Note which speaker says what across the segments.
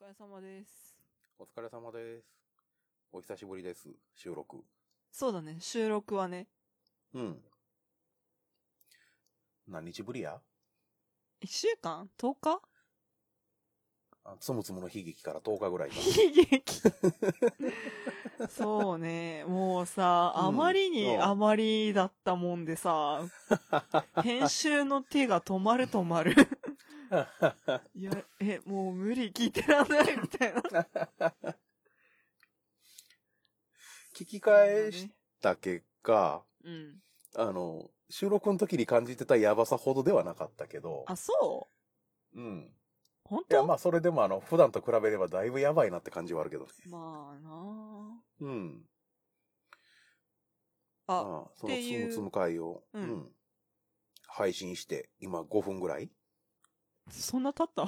Speaker 1: 疲れ様です。
Speaker 2: お疲れ様です。お久しぶりです。収録。
Speaker 1: そうだね、収録はね、
Speaker 2: うん。何日ぶりや
Speaker 1: 1週間 ?10 日
Speaker 2: あつむつむの悲劇から10日ぐらいか。
Speaker 1: 悲劇。 そうね、もうさ、
Speaker 2: うん
Speaker 1: あまりに
Speaker 2: うん
Speaker 1: あまりだったもんで さ、編集の手が止まる止まる。いや、え、もう無理聞いてらんないみたいな。
Speaker 2: 聞き返した結果、
Speaker 1: うん。
Speaker 2: あの、収録の時に感じてたやばさほどではなかったけど、
Speaker 1: あ、そう
Speaker 2: うん。
Speaker 1: 本
Speaker 2: いや、
Speaker 1: 当
Speaker 2: まあそれでもあの、普段と比べればだいぶやばいなって感じはあるけどね。
Speaker 1: まあな
Speaker 2: うん。
Speaker 1: ああ、
Speaker 2: あそ
Speaker 1: っ
Speaker 2: の
Speaker 1: て
Speaker 2: つ
Speaker 1: いう
Speaker 2: むつむ会を、
Speaker 1: うん
Speaker 2: 配信して、今5分ぐらい
Speaker 1: そんな経ったあ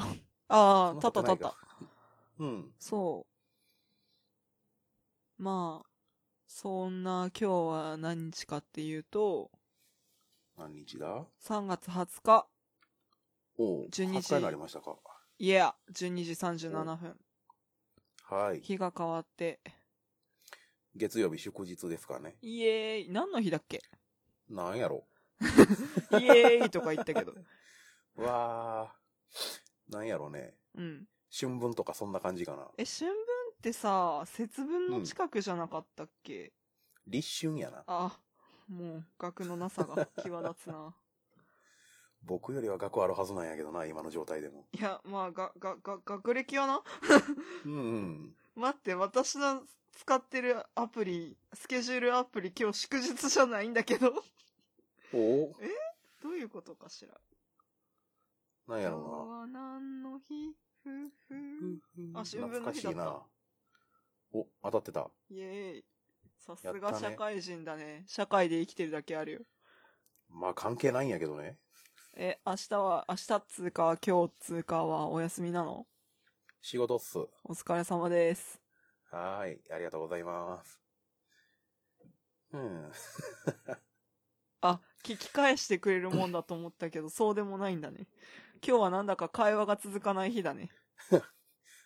Speaker 1: あ、
Speaker 2: そん
Speaker 1: 経
Speaker 2: な
Speaker 1: った
Speaker 2: こと
Speaker 1: 経
Speaker 2: ない
Speaker 1: っ
Speaker 2: か
Speaker 1: た。
Speaker 2: うん。
Speaker 1: そう。まあ、そんな今日は何日かっていうと、
Speaker 2: 何日だ
Speaker 1: 3月20日、
Speaker 2: おう、
Speaker 1: 12
Speaker 2: 12
Speaker 1: 時
Speaker 2: 回になりましたか。
Speaker 1: いや、12時37分、
Speaker 2: はい。
Speaker 1: 日が変わって、
Speaker 2: 月曜日祝日ですかね。
Speaker 1: イエーイ、何の日だっけ
Speaker 2: なんやろ。
Speaker 1: イエーイとか言ったけど。
Speaker 2: わー。なんやろね。
Speaker 1: うん。
Speaker 2: 春分とかそんな感じかな。
Speaker 1: え、春分ってさ、節分の近くじゃなかったっけ、
Speaker 2: 立春やな。
Speaker 1: あ、もう、額のなさが際立つな。
Speaker 2: 僕よりは学あるはずなんやけどな、今の状態でも。
Speaker 1: いや、まあ、が、が、が、学歴はな
Speaker 2: うんうん。
Speaker 1: 待って、私の使ってるアプリ、スケジュールアプリ今日祝日じゃないんだけど。
Speaker 2: おう
Speaker 1: どういうことかしら。
Speaker 2: なんや
Speaker 1: 今日
Speaker 2: ろ
Speaker 1: は何の日ふ
Speaker 2: う
Speaker 1: ふ。
Speaker 2: な。
Speaker 1: あ春分
Speaker 2: 懐
Speaker 1: の
Speaker 2: か
Speaker 1: 日
Speaker 2: し
Speaker 1: だった
Speaker 2: いな。お、当たってた。
Speaker 1: イエーイ。さす
Speaker 2: やっ
Speaker 1: が
Speaker 2: たね
Speaker 1: 社会人だね。社会で生きてるだけあるよ。
Speaker 2: まあ関係ないんやけどね。
Speaker 1: え、明日は、明日っつうか、今日っつうかはお休みなの
Speaker 2: 仕事っす。
Speaker 1: お疲れ様です。
Speaker 2: はーい。ありがとうございます。うん。
Speaker 1: あ、聞き返してくれるもんだと思ったけど、そうでもないんだね。今日はなんだか会話が続かない日だね。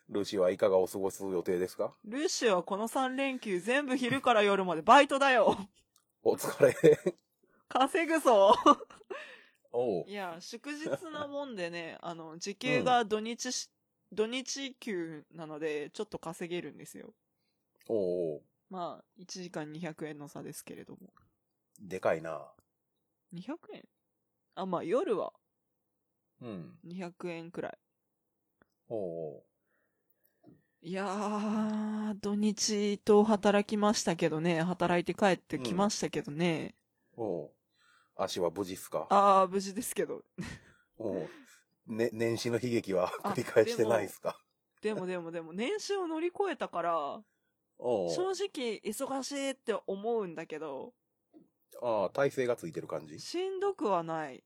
Speaker 2: ルーシーはいかがお過ごす予定ですか
Speaker 1: ルーシーはこの3連休全部昼から夜までバイトだよ
Speaker 2: お疲れ。
Speaker 1: 稼ぐぞ
Speaker 2: おう
Speaker 1: い。や、祝日なもんで ね、あの、時給が土日し、土日給なので、ちょっと稼げるんですよ。
Speaker 2: おうおう。
Speaker 1: まあ、1時間200円の差ですけれども。
Speaker 2: でかいな。
Speaker 1: 200円あ、まあ、夜は
Speaker 2: うん。
Speaker 1: 200円くら
Speaker 2: おうおう。
Speaker 1: い。いやー、土日と働きましたけどね、働いて帰ってきましたけどね。
Speaker 2: おう足は無事っすか
Speaker 1: あー、無事ですけど。
Speaker 2: おうね、年始の悲劇は
Speaker 1: あ
Speaker 2: 繰り返してないっすか
Speaker 1: でもでもでも、年収を乗り越えたから、
Speaker 2: おう
Speaker 1: 正直忙しいって思うんだけど、
Speaker 2: ああ、体勢がついてる感じ
Speaker 1: しんどくはない。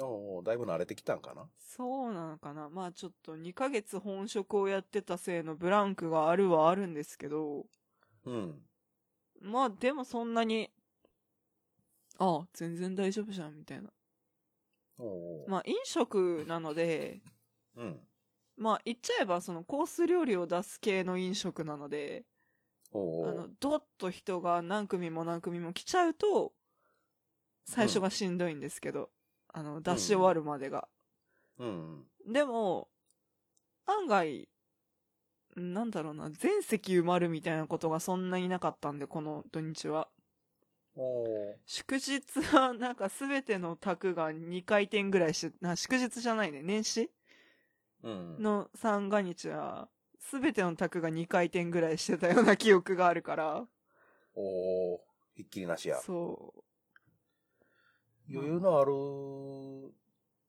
Speaker 2: おうだいぶ慣れてきたんかな
Speaker 1: そうなのかな。まあちょっと2ヶ月本職をやってたせいのブランクがあるはあるんですけど、
Speaker 2: うん。
Speaker 1: まあでもそんなに、ああ、全然大丈夫じゃん、みたいな。
Speaker 2: おうおう
Speaker 1: まあ飲食なので、
Speaker 2: うん。
Speaker 1: まあ言っちゃえばそのコース料理を出す系の飲食なので、
Speaker 2: おう
Speaker 1: あ
Speaker 2: お
Speaker 1: の
Speaker 2: う、
Speaker 1: どっと人が何組も何組も来ちゃうと、最初がしんどいんですけど、あの、出し終わるまでが。
Speaker 2: うん。
Speaker 1: でも、案外、なんだろうな、全席埋まるみたいなことがそんなになかったんで、この土日は。
Speaker 2: おう
Speaker 1: 祝日はなんかすべての卓が2回転ぐらいして、な、祝日じゃないね、年始
Speaker 2: うん。
Speaker 1: の三が日は、すべての卓が2回転ぐらいしてたような記憶があるから、
Speaker 2: おうひっきりなしや。
Speaker 1: そう。
Speaker 2: 余裕のある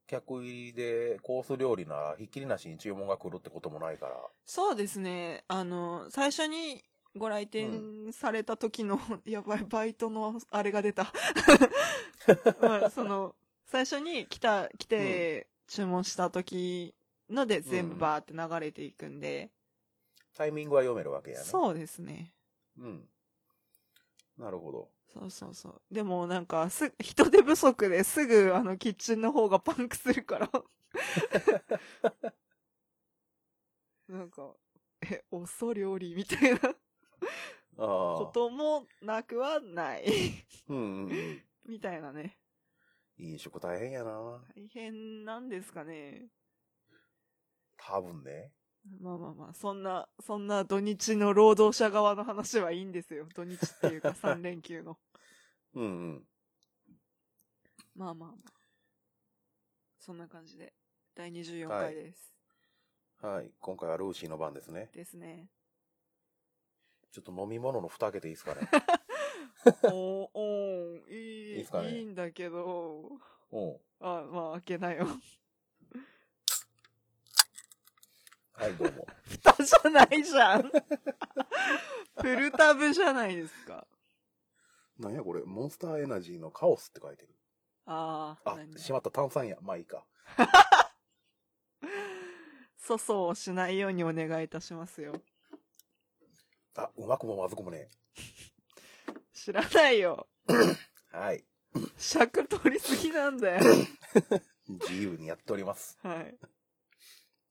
Speaker 2: 客入りでコース料理ならひっきりなしに注文が来るってこともないから。
Speaker 1: そうですね。あの、最初にご来店された時の、 やばい、バイトのあれが出た。まあその、最初に来た、来て注文した時ので全部バーって流れていくんで、
Speaker 2: タイミングは読めるわけやね。
Speaker 1: そうですね。
Speaker 2: うん。なるほど。
Speaker 1: そうそうそう。でもなんか、す、人手不足ですぐ、あの、キッチンの方がパンクするから。なんか、え、おそ料理みたいな
Speaker 2: ああ。
Speaker 1: こともなくはない。
Speaker 2: うんうんうん。
Speaker 1: みたいなね。
Speaker 2: 飲食大変やな。
Speaker 1: 大変なんですかね。
Speaker 2: 多分ね。
Speaker 1: まあまあまあ、そんな、そんな土日の労働者側の話はいいんですよ。土日って いうか3連休の。
Speaker 2: うんうん。
Speaker 1: まあまあまあ。そんな感じで、第24回です。
Speaker 2: はい。今回はルーシーの番ですね。
Speaker 1: です ね。
Speaker 2: ちょっと飲み物の蓋開けていいですか ね。
Speaker 1: おーおーいい、
Speaker 2: いいっすかね
Speaker 1: いいんだけど、
Speaker 2: うん。
Speaker 1: あ、まあ開けなよ。
Speaker 2: はい、どうも。
Speaker 1: 蓋じゃないじゃん。プルタブじゃないですか。
Speaker 2: なんやこれ、モンスターエナジーのカオスって書いてる。
Speaker 1: ああ
Speaker 2: あ、、しまった炭酸や。まあいいか。
Speaker 1: 粗相をしないようにお願いいたしますよ。
Speaker 2: あ、うまくもまずくもね。
Speaker 1: 知らないよ。
Speaker 2: はい。
Speaker 1: 尺取りすぎなんだよ。
Speaker 2: 自由にやっております。
Speaker 1: はい。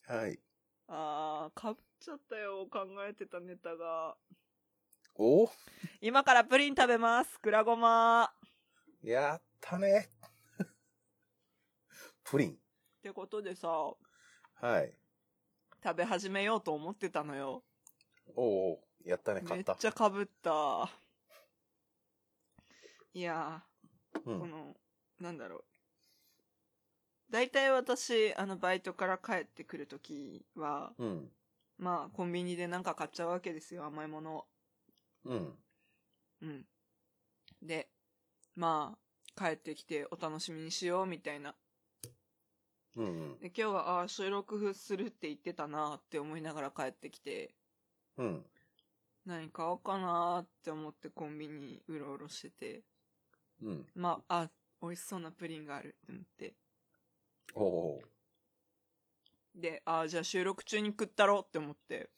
Speaker 2: はい。
Speaker 1: あー、かぶっちゃったよ。考えてたネタが。
Speaker 2: お
Speaker 1: 今からプリン食べます。くらごまっ
Speaker 2: やったね。 プリン。
Speaker 1: てことでさ、
Speaker 2: はい。
Speaker 1: 食べ始めようと思ってたのよ。
Speaker 2: おうおうやったね、
Speaker 1: め
Speaker 2: 買
Speaker 1: っ
Speaker 2: った。
Speaker 1: ちゃかぶった。いや
Speaker 2: う
Speaker 1: ー、こ
Speaker 2: ん。
Speaker 1: の、なんだろう。大体私、あの、バイトから帰ってくるときは、
Speaker 2: うん。
Speaker 1: まあ、コンビニでなんか買っちゃうわけですよ、甘いものを。
Speaker 2: うん。
Speaker 1: うん。で、まあ、帰ってきてお楽しみにしよう、みたいな。
Speaker 2: うんうん。
Speaker 1: で、今日は、ああ、収録するって言ってたなって思いながら帰ってきて、
Speaker 2: うん。
Speaker 1: 何買おうかなって思ってコンビニうろうろしてて、
Speaker 2: うん。
Speaker 1: まあ、あ、美味しそうなプリンがあるって思って。
Speaker 2: おおう
Speaker 1: で、ああ、じゃあ収録中に食ったろって思って。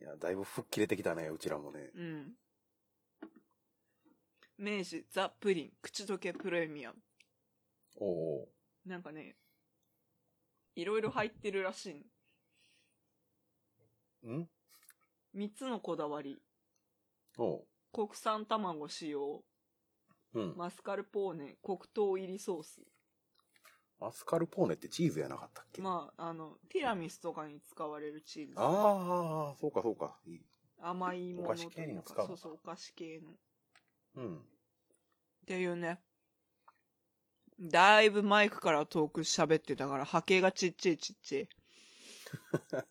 Speaker 2: いや、だいぶ吹っ切れてきたね、うちらもね。
Speaker 1: うん。明治ザ・プリン口どけプレミアム。
Speaker 2: おうおう
Speaker 1: なんかね、いろいろ入ってるらしいの。
Speaker 2: ん
Speaker 1: 3つのこだわり。
Speaker 2: おう
Speaker 1: 国産卵使用、
Speaker 2: うん。
Speaker 1: マスカルポーネ、黒糖入りソース。
Speaker 2: マスカルポーネってチーズやなかったっけ
Speaker 1: まあ、あの、ティラミスとかに使われるチーズ。
Speaker 2: ああ、そうかそうか。いい
Speaker 1: 甘いものという
Speaker 2: お菓子系にも使う
Speaker 1: か、
Speaker 2: のか
Speaker 1: そうそう、お菓子系の。っ
Speaker 2: うん。
Speaker 1: ていうね。だいぶマイクから遠く喋ってたから波形がちっちゃいちっちゃい。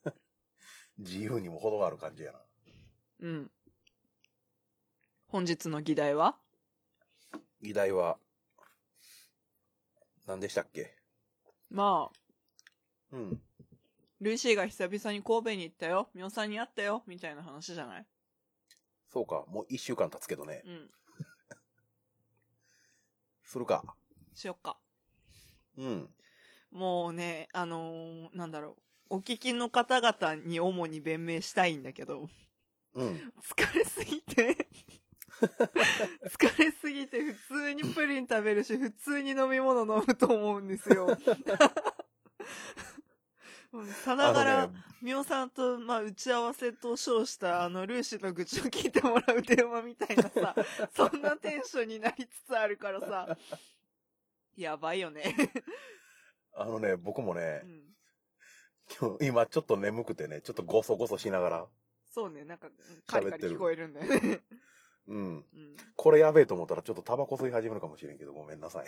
Speaker 2: 自由にも程がある感じやな。
Speaker 1: うん。本日の議題は
Speaker 2: 議題は、何でしたっけ
Speaker 1: まあ、
Speaker 2: うん。
Speaker 1: ルイシーが久々に神戸に行ったよ、ミオさんに会ったよ、みたいな話じゃない
Speaker 2: そうか、もう一週間経つけどね。
Speaker 1: うん。
Speaker 2: するか。
Speaker 1: しよっか。
Speaker 2: うん。
Speaker 1: もうね、あのーなんだろう。お聞きの方々に主に弁明したいんだけど、
Speaker 2: うん。
Speaker 1: 疲れすぎて、 疲れすぎて普通にプリン食べるし、普通に飲み物飲むと思うんですよ。 うんさなが
Speaker 2: あ
Speaker 1: ら
Speaker 2: の、ね
Speaker 1: みお、さんと、まあ、打ち合わせと称した、あの、ルーシーの愚痴を聞いてもらう電話みたいなさ、そんなテンションになりつつあるからさ、やばいよね。
Speaker 2: あのね、僕もね
Speaker 1: う、ん
Speaker 2: 今日今ちょっと眠くてね、ちょっとごそごそしながら、
Speaker 1: そうね、なんか、カリカリ
Speaker 2: 喋ってる
Speaker 1: 聞こえるんだよ ね。
Speaker 2: うん。
Speaker 1: うん。
Speaker 2: これやべえと思ったらちょっとタバコ吸い始めるかもしれんけど、ごめんなさい。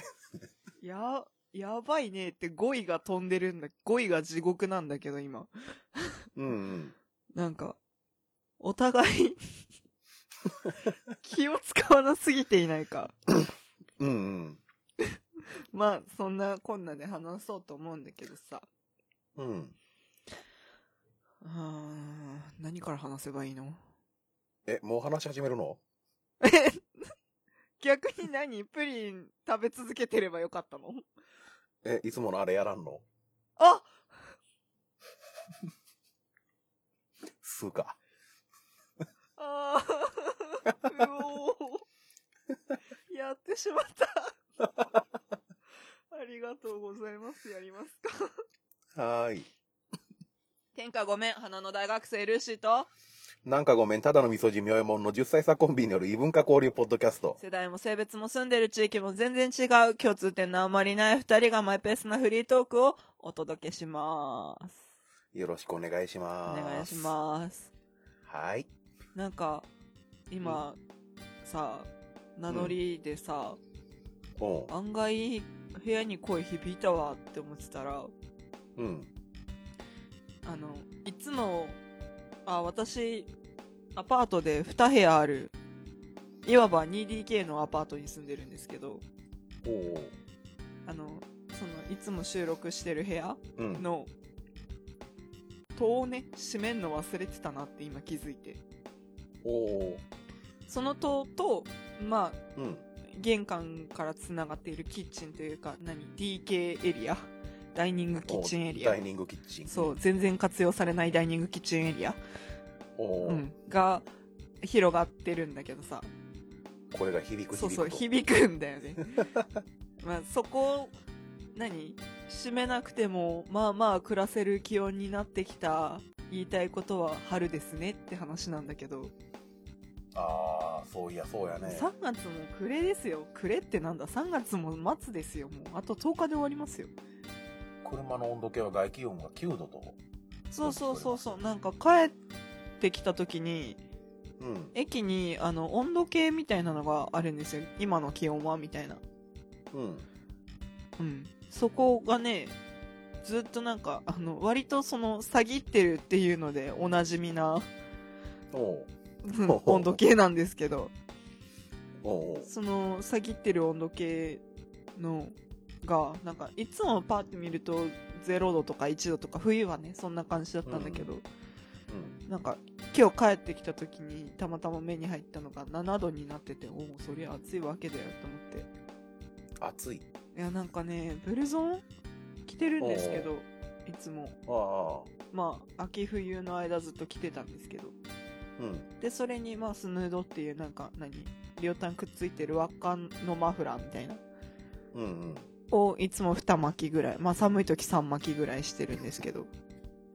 Speaker 1: や、やばいねって語彙が飛んでるんだ。語彙が地獄なんだけど、今。
Speaker 2: うんうん。
Speaker 1: なんか、お互 い、気を使わなすぎていないか。
Speaker 2: うんうん。
Speaker 1: まあ、そんなこんなで話そうと思うんだけどさ。
Speaker 2: うん。
Speaker 1: うーん、何から話せばいいの
Speaker 2: え、もう話し始めるの
Speaker 1: 逆に何プリン食べ続けてればよかったの
Speaker 2: え、いつものあれやらんの
Speaker 1: あ
Speaker 2: 吸うか。
Speaker 1: ああ、うおーやってしまった。ありがとうございます。やりますか。
Speaker 2: はーい。
Speaker 1: 天下ごめん、花の大学生ルーシーと、
Speaker 2: なんかごめん、ただの味噌汁妙えもんの10歳差コンビによる異文化交流ポッドキャスト。
Speaker 1: 世代も性別も住んでる地域も全然違う共通点のあまりない二人がマイペースなフリートークをお届けします。
Speaker 2: よろしくお願いし
Speaker 1: お
Speaker 2: ます。
Speaker 1: 願いします。
Speaker 2: す。はい。
Speaker 1: なんか、今、さ、名乗りでさ、
Speaker 2: おう
Speaker 1: 案外、部屋に声響いたわって思ってたら、
Speaker 2: うん。
Speaker 1: あの、いつも、あ、私、アパートで2部屋ある、いわば 2DK のアパートに住んでるんですけど、
Speaker 2: おう
Speaker 1: あの、その、いつも収録してる部屋
Speaker 2: うん。
Speaker 1: の、戸をね、閉めんの忘れてたなって今気づいて。
Speaker 2: おう
Speaker 1: その戸と、まあ、
Speaker 2: うん。
Speaker 1: 玄関から繋がっているキッチンというか、何 ?DK エリアダイニングキッチンエリ
Speaker 2: お
Speaker 1: ア
Speaker 2: うダイ。ニングキッチン。
Speaker 1: そう、全然活用されないダイニングキッチンエリア。
Speaker 2: おう
Speaker 1: うん、が広がってるんだけどさ
Speaker 2: これが響く響くと。
Speaker 1: そうそう響くんだよね まあそこを何閉めなくてもまあまあ暮らせる気温になってきた言いたいことは春ですねって話なんだけど、
Speaker 2: ああ、そういや、そうやね。
Speaker 1: 3月も暮れですよ暮れってなんだ3月も末ですよもうあと10日で終わりますよ
Speaker 2: 車の温度計は外気温が9度と。
Speaker 1: そうそうそうそうなんか帰ってきた時に
Speaker 2: うん。
Speaker 1: 駅にあの温度計みたいなのがあるんですよ今の気温はみたいな
Speaker 2: うん。
Speaker 1: うん、そこがねずっとなんかあの割とその詐欺ってるっていうのでおなじみな
Speaker 2: おう
Speaker 1: うん温度計なんですけど
Speaker 2: おう
Speaker 1: その詐欺ってる温度計のがなんかいつもパーって見ると0度とか1度とか冬はねそんな感じだったんだけど、
Speaker 2: うん。
Speaker 1: なんか今日帰ってきた時にたまたま目に入ったのが7度になってておおそりゃ暑いわけだよと思って
Speaker 2: 暑い。
Speaker 1: いやなんかねブルゾン着てるんですけどいつも
Speaker 2: ああ。
Speaker 1: まあ、秋冬の間ずっと着てたんですけど。
Speaker 2: うん。
Speaker 1: で、それに、まあ、スヌードっていう、なんか、何両端くっついてる輪っかのマフラーみたいな。
Speaker 2: うん
Speaker 1: を、いつも2巻きぐらい。まあ、寒い時3巻きぐらいしてるんですけど。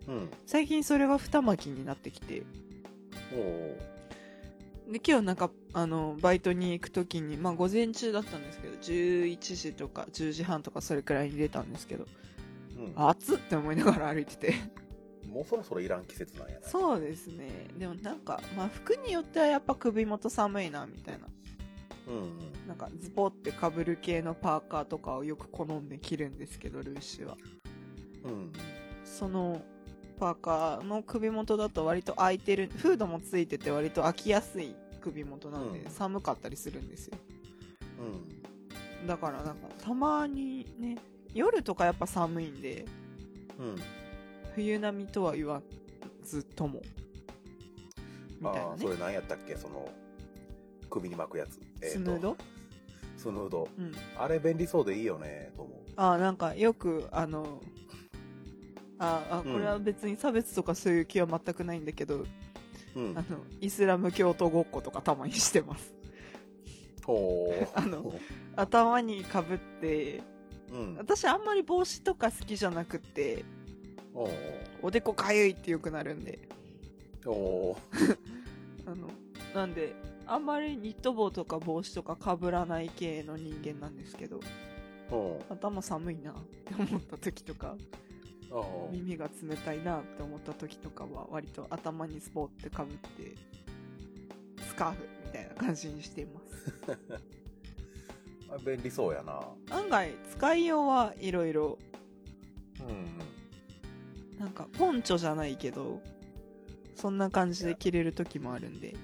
Speaker 2: うん。うん。
Speaker 1: 最近それが2巻きになってきて。
Speaker 2: おう
Speaker 1: で、今日なんか、あの、バイトに行く時に、まあ、午前中だったんですけど、11時とか10時半とかそれくらいに出たんですけど、
Speaker 2: うん。
Speaker 1: 暑っって思いながら歩いてて。
Speaker 2: もうそろそろいらん季節なんやな。
Speaker 1: そうですね。でもなんか、まあ、服によってはやっぱ首元寒いな、みたいな。
Speaker 2: うんうん。
Speaker 1: なんかズボってかぶる系のパーカーとかをよく好んで着るんですけどルーシーは
Speaker 2: うん。
Speaker 1: そのパーカーの首元だと割と開いてるフードもついてて割と開きやすい首元なんで
Speaker 2: うん
Speaker 1: 寒かったりするんですよ
Speaker 2: うん。
Speaker 1: だからなんかたまにね夜とかやっぱ寒いんで
Speaker 2: うん。
Speaker 1: 冬並みとは言わずともみたい
Speaker 2: あ
Speaker 1: な
Speaker 2: あ、そ
Speaker 1: ね
Speaker 2: れ何やったっけその、首に巻くやつ。え
Speaker 1: ス
Speaker 2: ー
Speaker 1: ヌ
Speaker 2: と
Speaker 1: ード、
Speaker 2: スヌード。
Speaker 1: うん
Speaker 2: あれ便利そうでいいよね、と思う。
Speaker 1: ああなんかよくあのああ
Speaker 2: うん
Speaker 1: これは別に差別とかそういう気は全くないんだけど、
Speaker 2: うん
Speaker 1: あ。のイスラム教徒ごっことかたまにしてます
Speaker 2: ほう。
Speaker 1: あの頭にかぶって
Speaker 2: うん。
Speaker 1: 私あんまり帽子とか好きじゃなくて
Speaker 2: おう
Speaker 1: おでこかゆいってよくなるんで
Speaker 2: おう
Speaker 1: あのなんであんまりニット帽とか帽子とかかぶらない系の人間なんですけど
Speaker 2: おう
Speaker 1: 頭寒いなって思った時とか
Speaker 2: おう
Speaker 1: 耳が冷たいなって思った時とかは割と頭にスポってかぶってスカーフみたいな感じにしています
Speaker 2: あ便利そうやな。
Speaker 1: 案外使いようはいろいろ
Speaker 2: うん。
Speaker 1: なんかポンチョじゃないけどそんな感じで着れる時もあるんで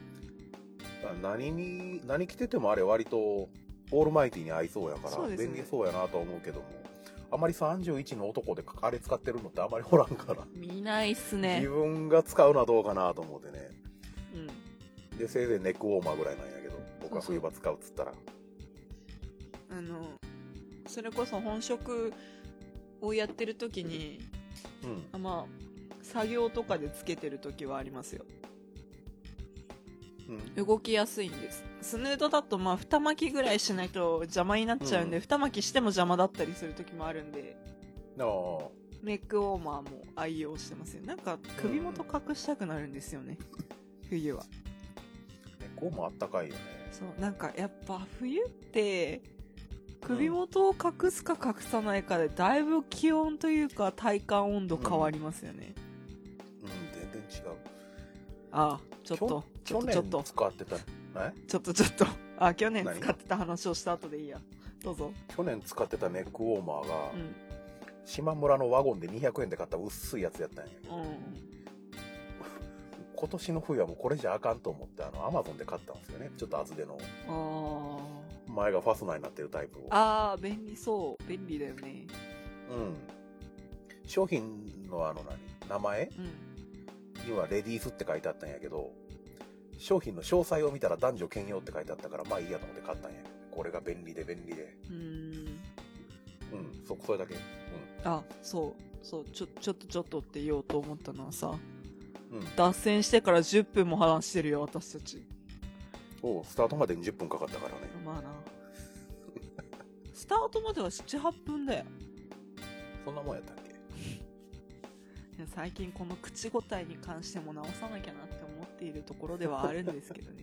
Speaker 2: 何に、何着ててもあれ割と、オールマイティに合いそうやか
Speaker 1: そう
Speaker 2: ら、
Speaker 1: ですね
Speaker 2: 便利そうやなとは思うけども。あまり31の男であれ使ってるのってあまりおらんから。
Speaker 1: 見ないっす
Speaker 2: 自分が使うのはどうかなと思ってね。
Speaker 1: うん
Speaker 2: で、せいぜいネックウォーマーぐらいなんやけど、僕は
Speaker 1: そうそう
Speaker 2: 冬場使うっつったら。
Speaker 1: あのそれこそ本職をやってる時に
Speaker 2: うん。
Speaker 1: あまあ作業とかでつけてる時はありますよ
Speaker 2: うん。
Speaker 1: 動きやすいんですスヌードだとまあ二巻きぐらいしないと邪魔になっちゃうんで、
Speaker 2: うん
Speaker 1: 二巻きしても邪魔だったりする時もあるんで
Speaker 2: ああ。
Speaker 1: ネックウォーマーも愛用してますよ。なんか首元隠したくなるんですよね。冬は。
Speaker 2: こうもあったかいよね。
Speaker 1: そう、なんかやっぱ冬って、首元を隠すか隠さないかで、だいぶ気温というか体感温度変わりますよね。
Speaker 2: うん、全然違う。
Speaker 1: ああ、ちょっと、ち
Speaker 2: 去
Speaker 1: ょっと、ちょ
Speaker 2: 去
Speaker 1: っ
Speaker 2: 年
Speaker 1: と、
Speaker 2: 使ってた、え
Speaker 1: ちょっと、ちょっと。あ、去年
Speaker 2: 何
Speaker 1: 使ってた話をした後でいいや。どうぞ。
Speaker 2: 去年使ってたネックウォーマーが
Speaker 1: う、ん。
Speaker 2: 島村のワゴンで200円で買った薄いやつやったんやけど、
Speaker 1: うん。
Speaker 2: 今年の冬はもうこれじゃあかんと思って、あの、アマゾンで買ったんですよね。ちょっと厚手の、
Speaker 1: あ
Speaker 2: 前がファスナーになってるタイプを。
Speaker 1: あ。ああ、便利そう。便利だよね。
Speaker 2: うん。商品のあの何、名前
Speaker 1: うん。
Speaker 2: にはレディースって書いてあったんやけど、商品の詳細を見たら男女兼用って書いてあったから、まあいいやと思って買ったんやけど、これが便利で便利で。
Speaker 1: うーん。
Speaker 2: うん、そ、それだけ。
Speaker 1: あ、そう。そう、ちょ、ちょっとちょっとって言おうと思ったのはさ、
Speaker 2: うん。うん。
Speaker 1: 脱線してから10分も話してるよ、私たち。
Speaker 2: おうスタートまで20分かかったからね。
Speaker 1: まあな。スタートまでは7、8分だよ。
Speaker 2: そんなもんやったっけ
Speaker 1: いや最近この口答えに関しても直さなきゃなって思っているところではあるんですけどね。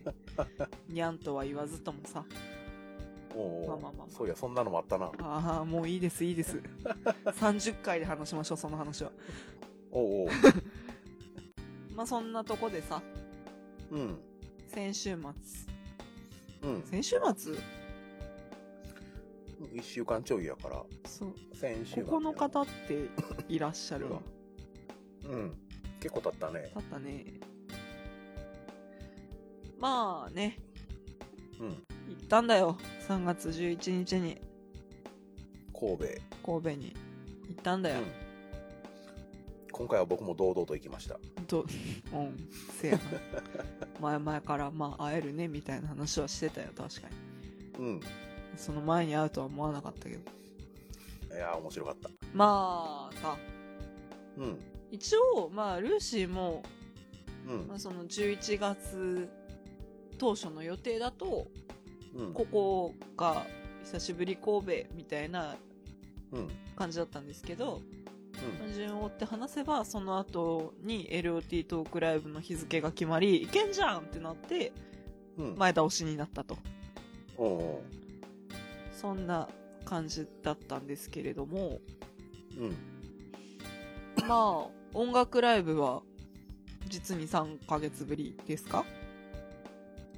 Speaker 1: にゃんとは言わずともさ。
Speaker 2: おうおう
Speaker 1: まあまあまあまあ
Speaker 2: そういや、そんなのもあったな。
Speaker 1: ああ、もういいです、いいです。30回で話しましょう、その話は。
Speaker 2: おうおう。
Speaker 1: まあそんなとこでさ、
Speaker 2: うん。
Speaker 1: 先週
Speaker 2: うん
Speaker 1: 末。。先週末
Speaker 2: 1週間ちょいやから、
Speaker 1: そう。
Speaker 2: 先週末やな
Speaker 1: 9日経っていらっしゃるわ。
Speaker 2: うん。結構経ったね。
Speaker 1: 経ったね。まあね、
Speaker 2: うん。
Speaker 1: 行ったんだよ。3月11日に
Speaker 2: 神戸。
Speaker 1: 神戸に行ったんだよ。
Speaker 2: 今回は僕も堂々と行きました。
Speaker 1: ど うんせやな前々からまあ会えるねみたいな話はしてたよ確かに
Speaker 2: うん。
Speaker 1: その前に会うとは思わなかったけど
Speaker 2: いやー、面白かった。
Speaker 1: まあさ
Speaker 2: うん。
Speaker 1: 一応まあルーシーも、
Speaker 2: うん
Speaker 1: まあ、。その11月当初の予定だと
Speaker 2: うん。
Speaker 1: ここが久しぶり神戸みたいな
Speaker 2: うん。うん。
Speaker 1: 感じだったんですけどまあ順を追って話せばその後に LOT トークライブの日付が決まりいけんじゃんってなって
Speaker 2: うん。
Speaker 1: 前倒しになったと
Speaker 2: おうお
Speaker 1: そんな感じだったんですけれども、
Speaker 2: う。うん。
Speaker 1: まあ、音楽ライブは実に3ヶ月ぶりですか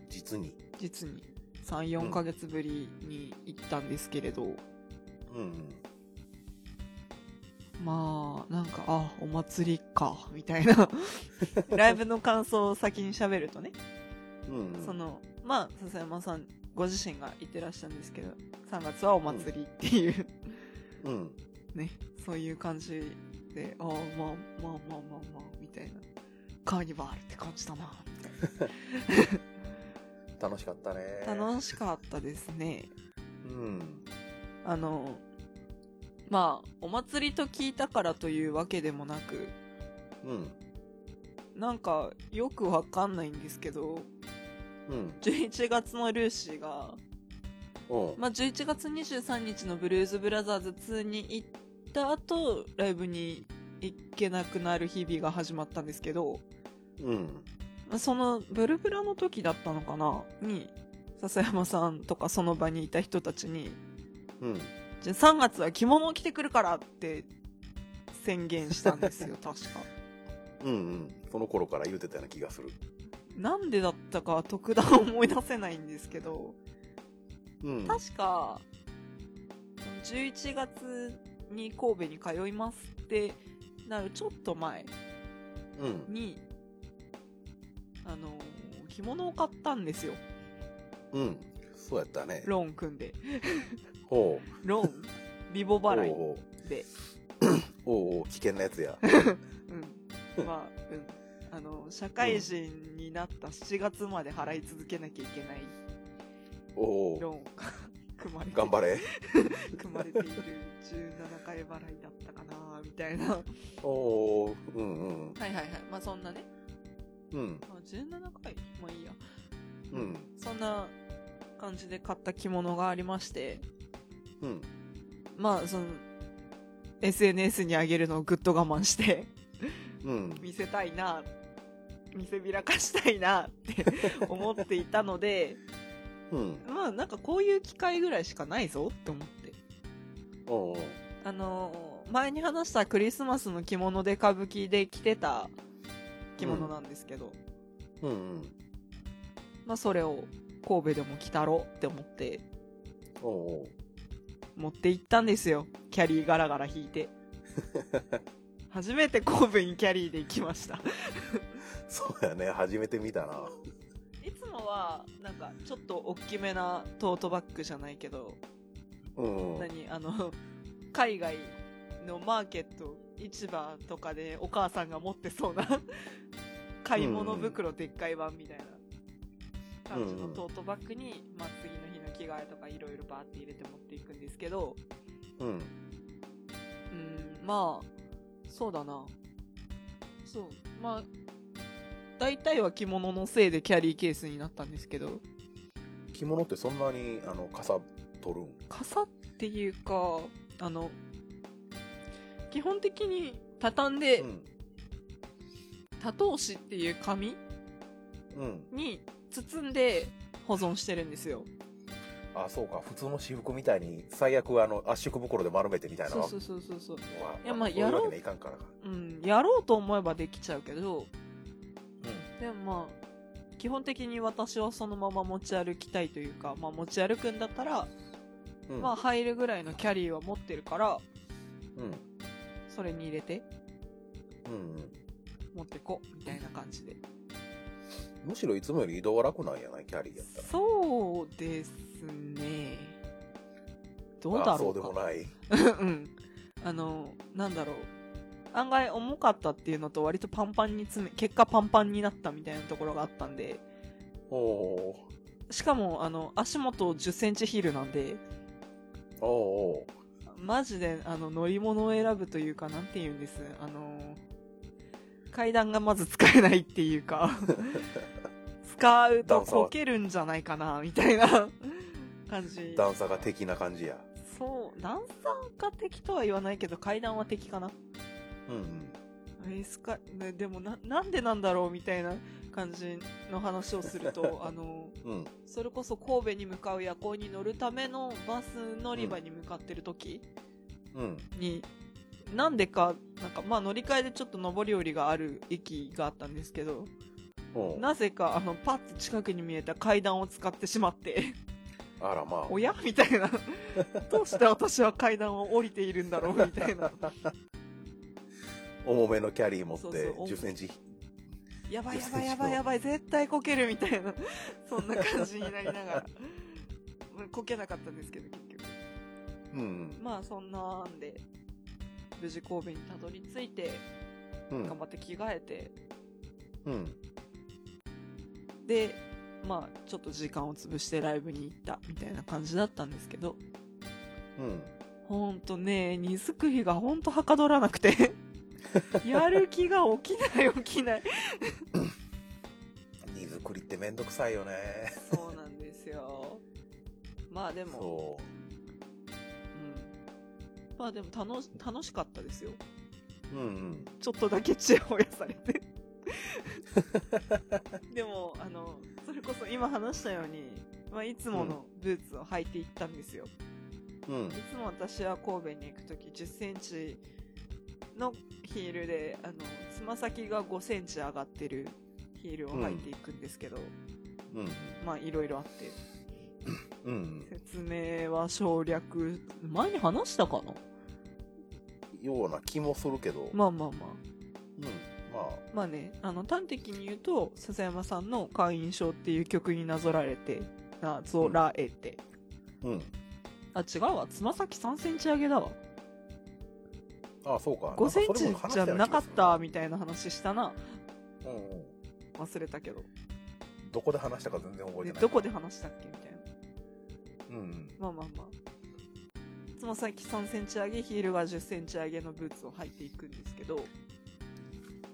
Speaker 2: 実に。
Speaker 1: 実に3、4ヶ月ぶりに行ったんですけれど、
Speaker 2: うん。
Speaker 1: まあ、なんか、あ、お祭りか、みたいな。ライブの感想を先に喋るとね、
Speaker 2: うん。
Speaker 1: そ、の、まあ、笹山さんご自身が行ってらっしゃるんですけど、3月はお祭りっていう
Speaker 2: うん。
Speaker 1: ね、そういう感じで、ああ、まあまあまあまあまあ、みたいな。カーニバルって感じだな。
Speaker 2: 楽しかったね。
Speaker 1: 楽しかったですね。
Speaker 2: うん。
Speaker 1: あの、まあ、お祭りと聞いたからというわけでもなく、
Speaker 2: うん。
Speaker 1: なんか、よくわかんないんですけど、
Speaker 2: うん。
Speaker 1: 11月のルーシーが、
Speaker 2: おう。
Speaker 1: まあ、11月23日のブルーズブラザーズ2に行った後、ライブに行けなくなる日々が始まったんですけど、
Speaker 2: うん。
Speaker 1: そのブルブラの時だったのかなに笹山さんとかその場にいた人たちに
Speaker 2: うん。
Speaker 1: 「じゃあ3月は着物を着てくるから」って宣言したんです よ確か
Speaker 2: うんうん。その頃から言うてたような気がする。
Speaker 1: なんでだったかは特段思い出せないんですけど
Speaker 2: うん。
Speaker 1: 確か11月に神戸に通いますってなるちょっと前
Speaker 2: うん。
Speaker 1: にあの着物を買ったんですよ
Speaker 2: うん。そうやったね。
Speaker 1: ローン組んで
Speaker 2: おう。
Speaker 1: ローン リボ払い
Speaker 2: おう
Speaker 1: で
Speaker 2: おうおうおう危険なやつや。
Speaker 1: うん、まあ、うん。あの、社会人になった7月まで払い続けなきゃいけない
Speaker 2: おうおう。
Speaker 1: ローンが 組まれて、
Speaker 2: 頑張れ。
Speaker 1: 組まれている17回払いだったかな、みたいな。はい
Speaker 2: おうおう。うんうん。
Speaker 1: はいはい。まあそんなね、
Speaker 2: うん。
Speaker 1: まあ、17回まあいいや。
Speaker 2: うん。
Speaker 1: そんな感じで買った着物がありまして、
Speaker 2: うん。
Speaker 1: まあその、 SNS に上げるのをぐっと我慢して、
Speaker 2: うん。
Speaker 1: 見せたいな、見せびらかしたいなって思っていたので、
Speaker 2: うん。
Speaker 1: まあなんかこういう機会ぐらいしかないぞって思って。
Speaker 2: うんうん。
Speaker 1: あのー前に話したクリスマスの着物で歌舞伎で着てた着物なんですけど、
Speaker 2: うんうん。
Speaker 1: まあそれを神戸でも着たろうって思って
Speaker 2: おうおう
Speaker 1: 持って行ったんですよ。キャリーガラガラ引いて。初めて神戸にキャリーで行きました。
Speaker 2: そうやね。初めて見たな。
Speaker 1: いつもは、なんか、ちょっと大きめなトートバッグじゃないけど、
Speaker 2: うんうん。
Speaker 1: 何あの、海外のマーケット、市場とかでお母さんが持ってそうな、買い物袋でっかい版みたいな感じのトートバッグに、まあ、次の日の着替えとかいろいろバーって入れて持っていくんですけど、
Speaker 2: うん。
Speaker 1: うん、まあ、そうだな。そう。まあ、大体は着物のせいでキャリーケースになったんですけど、
Speaker 2: 着物ってそんなに、あの、傘取るん
Speaker 1: 傘っていうか、あの、基本的に畳んで、
Speaker 2: うん。
Speaker 1: 多頭紙っていう紙
Speaker 2: うん。
Speaker 1: に包んで保存してるんですよ。
Speaker 2: あ、そうか。普通の私服みたいに、最悪、あの、圧縮袋で丸めてみたいな。
Speaker 1: そうそうそうそうそう。
Speaker 2: ま
Speaker 1: いやまあ
Speaker 2: そういう
Speaker 1: や
Speaker 2: わ
Speaker 1: ろ
Speaker 2: け
Speaker 1: う
Speaker 2: にはいかんからか。
Speaker 1: うん、やろうと思えばできちゃうけど、でもまあ、基本的に私はそのまま持ち歩きたいというか、まあ持ち歩くんだったら、
Speaker 2: うん。
Speaker 1: まあ入るぐらいのキャリーは持ってるから、
Speaker 2: うん。
Speaker 1: それに入れて
Speaker 2: うんうん。
Speaker 1: 持ってこ、みたいな感じで。
Speaker 2: むしろいつもより移動は楽なんやないキャリーやったら。
Speaker 1: そうですね。どうだ
Speaker 2: あそ
Speaker 1: ろ
Speaker 2: うで
Speaker 1: うか
Speaker 2: も。ない。
Speaker 1: うん。あの、なんだろう。案外重かったっていうのと割とパンパンに詰め、結果パンパンになったみたいなところがあったんで。
Speaker 2: おお
Speaker 1: しかも、あの、足元10センチヒールなんで、
Speaker 2: ーお
Speaker 1: マジで、あの、乗り物を選ぶというか、なんて言うんです。あの、階段がまず使えないっていう か、使うとこけるんじゃないかな、みたいな感じ
Speaker 2: ー。。段差が的な感じや。
Speaker 1: そう、段差が敵とは言わないけど、階段は敵かな。
Speaker 2: うんうん。
Speaker 1: エスカね、でもな、なんでなんだろうみたいな感じの話をすると、あの、
Speaker 2: うん。
Speaker 1: それこそ神戸に向かう夜行に乗るためのバス乗り場に向かってる時
Speaker 2: うん。
Speaker 1: に、なんでか、なんか、まあ乗り換えでちょっと上り下りがある駅があったんですけど、
Speaker 2: おー
Speaker 1: なぜか、あの、パッと近くに見えた階段を使ってしまって、
Speaker 2: あらまあ。
Speaker 1: おやみたいな。どうして私は階段を降りているんだろうみたいな。
Speaker 2: 重めのキャリー持っ
Speaker 1: そう
Speaker 2: て、
Speaker 1: そう
Speaker 2: 10センチ。
Speaker 1: やばいやばいやばいやばい、絶対こけるみたいな、 そんな感じになりながら。うんこけなかったんですけど、結局。
Speaker 2: うん
Speaker 1: まあ、そんなんで、無事神戸にたどり着いて、
Speaker 2: うん。うん
Speaker 1: 頑張って着替えて、
Speaker 2: うん。
Speaker 1: で、まあ、ちょっと時間を潰してライブに行った、みたいな感じだったんですけど、
Speaker 2: うん。
Speaker 1: ほんとね、荷造りがほんとはかどらなくて、 やる気が起きない起きない。
Speaker 2: 荷造りってめんどくさいよね。
Speaker 1: そうなんですよ。まあでも、
Speaker 2: そ
Speaker 1: うんまあでも楽し楽しかったですよ。
Speaker 2: う。うんうん。
Speaker 1: ちょっとだけちやほやされ て。でも、あの、それこそ今話したように、まあ、いつものブーツを履いていったんですよ。
Speaker 2: うん
Speaker 1: い。つも私は神戸に行くとき10センチのヒールで、あの、つま先が5センチ上がってるヒールを履いていくんですけど、
Speaker 2: うん。
Speaker 1: まあいろいろあって。
Speaker 2: うん。
Speaker 1: 説明は省略、前に話したかな
Speaker 2: ような気もするけど。
Speaker 1: まあまあまあ。
Speaker 2: うん。まあ。
Speaker 1: まあね、あの、端的に言うと、笹山さんの会員証っていう曲になぞられて、なぞらえて。
Speaker 2: うん。
Speaker 1: あ、違うわ。つま先3センチ上げだわ。
Speaker 2: あ、そうか。
Speaker 1: 5センチじゃなかった、
Speaker 2: んか
Speaker 1: みたいな話したな。
Speaker 2: それも話したような気がする。うんうん。
Speaker 1: 忘れたけど。
Speaker 2: どこで話したか全然覚えて
Speaker 1: で、
Speaker 2: ない。
Speaker 1: どこで話したっけみたいな。
Speaker 2: うんうん。
Speaker 1: まあまあまあ。つま先3センチ上げ、ヒールは10センチ上げのブーツを履いていくんですけど、も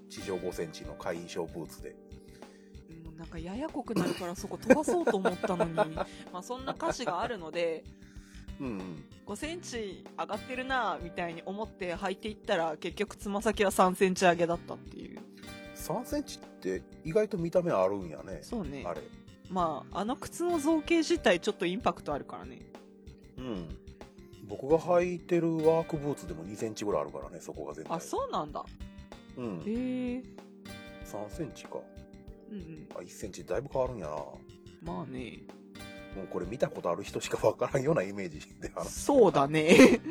Speaker 2: 地上5センチの会員証ブーツで。
Speaker 1: うなんかややこくなる からそこ飛ばそうと思ったのに、まあそんな歌詞があるので、
Speaker 2: うんうん。
Speaker 1: 5センチ上がってるなみたいに思って履いていったら結局つま先は3センチ上げだったっていう
Speaker 2: 3センチって意外と見た目あるんやね。
Speaker 1: そうね
Speaker 2: あれ。
Speaker 1: まああの靴の造形自体ちょっとインパクトあるからね
Speaker 2: うん。僕が履いてるワークブーツでも2センチぐらいあるからね、そこが全体。
Speaker 1: あそうなんだ
Speaker 2: う
Speaker 1: へえ
Speaker 2: ん。3センチか。
Speaker 1: うんうん
Speaker 2: あ、1センチだいぶ変わるんやな。も
Speaker 1: まあね
Speaker 2: うこれ見たことある人しかわからんようなイメージで話す
Speaker 1: そうだね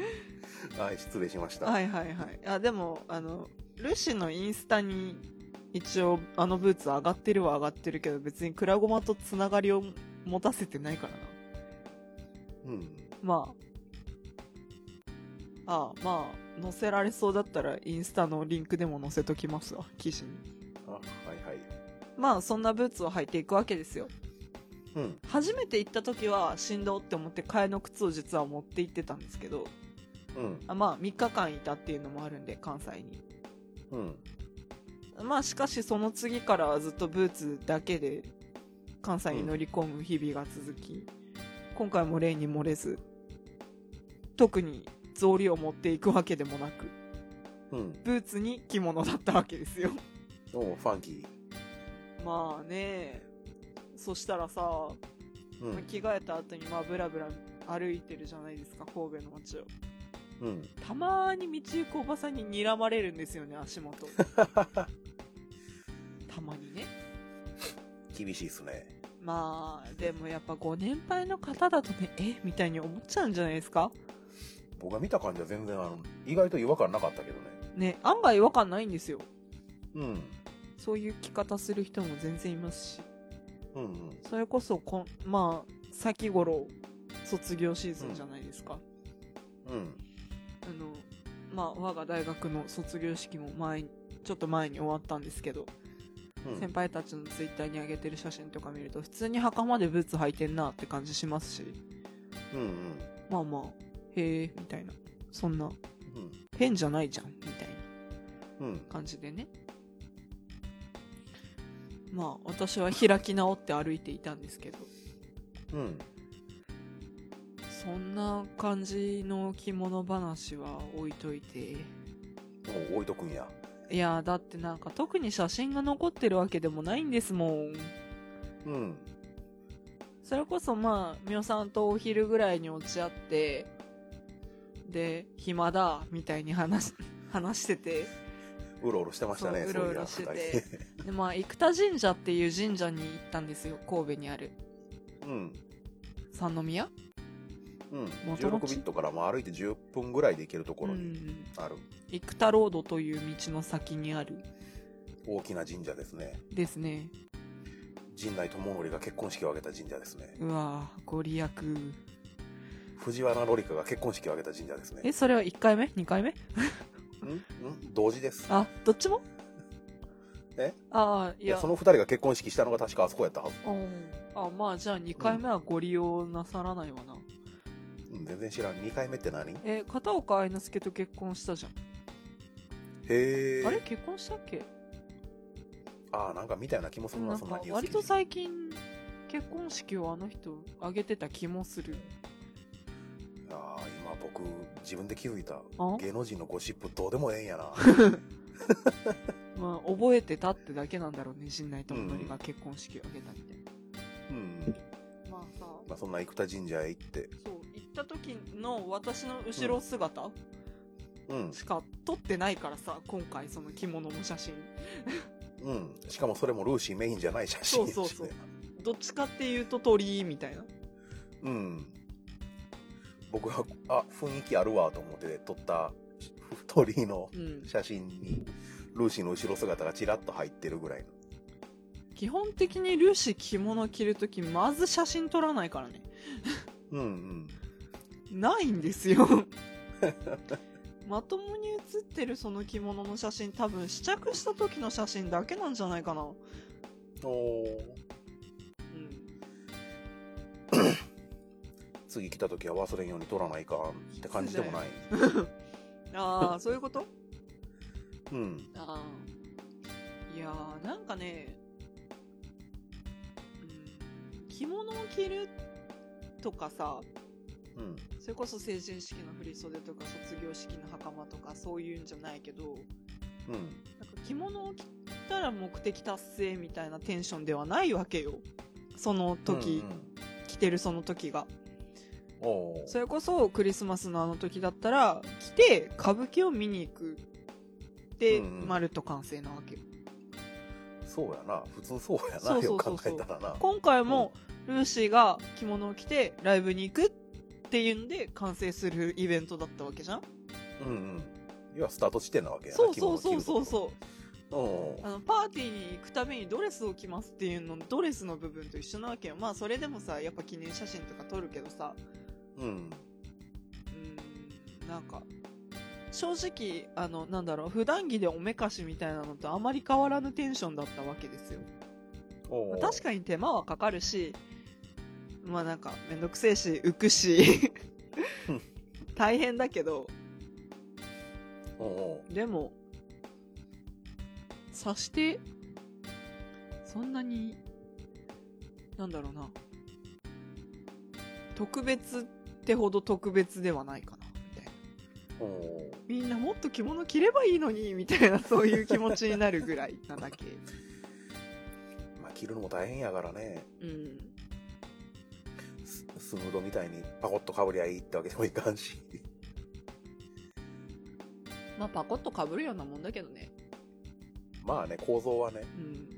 Speaker 2: はい、失礼しました。
Speaker 1: はいはいはいあでもあのルシのインスタに一応あのブーツ上がってるは上がってるけど別にクラゴマとつながりを持たせてないからな
Speaker 2: うん。
Speaker 1: まあ、ああ、まあ、載せられそうだったら、インスタのリンクでも載せときますわ、記事に。
Speaker 2: あ、はいはい。
Speaker 1: まあ、そんなブーツを履いていくわけですよ。
Speaker 2: うん。
Speaker 1: 初めて行った時は、振動って思って、替えの靴を実は持って行ってたんですけど、
Speaker 2: うん。
Speaker 1: あまあ、3日間いたっていうのもあるんで、関西に。
Speaker 2: うん。
Speaker 1: まあ、しかし、その次からはずっとブーツだけで、関西に乗り込む日々が続き、今回も例に漏れず、特に草履を持っていくわけでもなく、
Speaker 2: うん。
Speaker 1: ブーツに着物だったわけですよ
Speaker 2: おうファンキ
Speaker 1: まあねそしたらさ、
Speaker 2: ー。うん。
Speaker 1: 着替えた後にまあブラブラ歩いてるじゃないですか神戸の街を
Speaker 2: うん。
Speaker 1: たまーに道行くおばさんに睨まれるんですよね足 元たまにね
Speaker 2: 厳しいっすね。
Speaker 1: まあでもやっぱご年配の方だとねえみたいに思っちゃうんじゃないですか
Speaker 2: 僕が見た感じは全然、あの、意外と違和感なかったけどね。
Speaker 1: ね案外違和感ないんですよ
Speaker 2: うん。
Speaker 1: そういう着方する人も全然いますし
Speaker 2: うんうん。
Speaker 1: それこそこんまあ先頃卒業シーズンじゃないですか、
Speaker 2: うん。
Speaker 1: あのまあ我が大学の卒業式も前にちょっと前に終わったんですけど、
Speaker 2: うん
Speaker 1: 先輩たちのツイッターに上げてる写真とか見ると普通に袴でブーツ履いてんなって感じしますし
Speaker 2: うん
Speaker 1: まあまあへえみたいなそんな
Speaker 2: うん
Speaker 1: 変じゃないじゃんみたい
Speaker 2: うんうん
Speaker 1: な感じでねまあ私は開き直って歩いていたんですけど
Speaker 2: うん
Speaker 1: そんな感じの着物話は置いといて
Speaker 2: もう置いとくんや
Speaker 1: いやーだってなんか特に写真が残ってるわけでもないんですもん
Speaker 2: うん
Speaker 1: それこそまあみおさんとお昼ぐらいに落ち合ってで暇だみたいに話し 話してて
Speaker 2: うろうろしてましたね
Speaker 1: そう
Speaker 2: そう
Speaker 1: うろうろしてて
Speaker 2: いや二
Speaker 1: でまあ生田神社っていう神社に行ったんですよ神戸にある
Speaker 2: 人うん
Speaker 1: 三宮
Speaker 2: うん
Speaker 1: 元
Speaker 2: 16
Speaker 1: 々
Speaker 2: ビットからまあ歩いて10分ぐらいで行けるところ
Speaker 1: う
Speaker 2: に
Speaker 1: ん
Speaker 2: ある
Speaker 1: 生田ロードという道の先にある
Speaker 2: 大きな神社ですね
Speaker 1: ですね
Speaker 2: 陣内智則が結婚式を挙げた神社ですね
Speaker 1: うわーご利益
Speaker 2: 藤原紀香が結婚式を挙げた神社ですね
Speaker 1: えそれは1回目2回目
Speaker 2: うんうん同時です
Speaker 1: あどっちも
Speaker 2: え
Speaker 1: ああい
Speaker 2: い
Speaker 1: や
Speaker 2: やその二人が結婚式したのが確かあそこやったはず
Speaker 1: うんあまあじゃあ2回目はご利用なさらないわな、
Speaker 2: うん全然知らん2回目って何へ
Speaker 1: え片岡愛之助と結婚したじゃん、
Speaker 2: え
Speaker 1: あれ結婚したっけ
Speaker 2: あーなんかみたいな気もする
Speaker 1: な
Speaker 2: なんそんな
Speaker 1: か
Speaker 2: ニュース
Speaker 1: 割
Speaker 2: 記
Speaker 1: と
Speaker 2: 事
Speaker 1: 最近結婚式をあの人挙げてた気もする
Speaker 2: ああ今僕自分で気づいた
Speaker 1: あ、
Speaker 2: 芸能人のゴシップどうでもええんや な
Speaker 1: まあ、覚えてたってだけなんだろうね陣内智則が結婚式を挙げたみたいな、
Speaker 2: うん
Speaker 1: まあさ
Speaker 2: まあ、そんな生田神社へ行って、
Speaker 1: そう行った時の私の後ろ姿
Speaker 2: うん、
Speaker 1: しか撮ってないからさ今回その着物の写真
Speaker 2: うん、しかもそれもルーシーメインじゃない写真です
Speaker 1: そ
Speaker 2: ね。
Speaker 1: うそうそうどっちかっていうと鳥居みたいな
Speaker 2: うん。僕は、あ、雰囲気あるわと思って撮った鳥居の
Speaker 1: うん
Speaker 2: 写真に、ルーシーの後ろ姿がちらっと入ってるぐらいの。
Speaker 1: 基本的にルーシー着物着るときまず写真撮らないからね
Speaker 2: うんうん。
Speaker 1: ないんですよ まともに写ってるその着物の写真多分試着した時の写真だけなんじゃないかな、う
Speaker 2: おー
Speaker 1: ん、
Speaker 2: 次来た時は忘れんように撮らないかんって感じでもない。
Speaker 1: ああそういうこと
Speaker 2: うん。
Speaker 1: ああいやーなんかね、うん、着物を着るとかさ
Speaker 2: うん。
Speaker 1: それこそ成人式の振り袖とか卒業式の袴とかそういうんじゃないけど
Speaker 2: うん。
Speaker 1: なんか着物を着たら目的達成みたいなテンションではないわけよその時、
Speaker 2: うん
Speaker 1: 着てるその時が
Speaker 2: うん、おう
Speaker 1: それこそクリスマスのあの時だったら来て歌舞伎を見に行くで、
Speaker 2: うんうん
Speaker 1: まるっと完成なわけよ
Speaker 2: そうやな。普通そうやな。
Speaker 1: そうそうそうそう
Speaker 2: よく考えたらな。
Speaker 1: 今回もルーシーが着物を着てライブに行くっていうんで完成するイベントだったわけじゃん
Speaker 2: うんうん。要はスタート地点なわけやな。
Speaker 1: そうそうそうそう
Speaker 2: う。
Speaker 1: そう
Speaker 2: おう
Speaker 1: あのパーティーに行くためにドレスを着ますっていうのドレスの部分と一緒なわけよまあそれでもさやっぱ記念写真とか撮るけどさ
Speaker 2: うん。
Speaker 1: うーんなんか正直あのなんだろう普段着でおめかしみたいなのとあまり変わらぬテンションだったわけですよ
Speaker 2: おう
Speaker 1: 確かに手間はかかるしまあなんかめんどくせえし浮くし
Speaker 2: うん
Speaker 1: 大変だけど
Speaker 2: おうおう
Speaker 1: でも察してそんなになんだろうな特別ってほど特別ではないかなみたいな
Speaker 2: おう
Speaker 1: みんなもっと着物着ればいいのにみた いなそういう気持ちになるぐらいなだけ
Speaker 2: まあ、着るのも大変やからね。
Speaker 1: うん
Speaker 2: ススムードみたいにパコッとかぶりゃいいってわけでもいかんし。
Speaker 1: まあパコッとかぶるようなもんだけどね
Speaker 2: まあね、構造はね、
Speaker 1: うん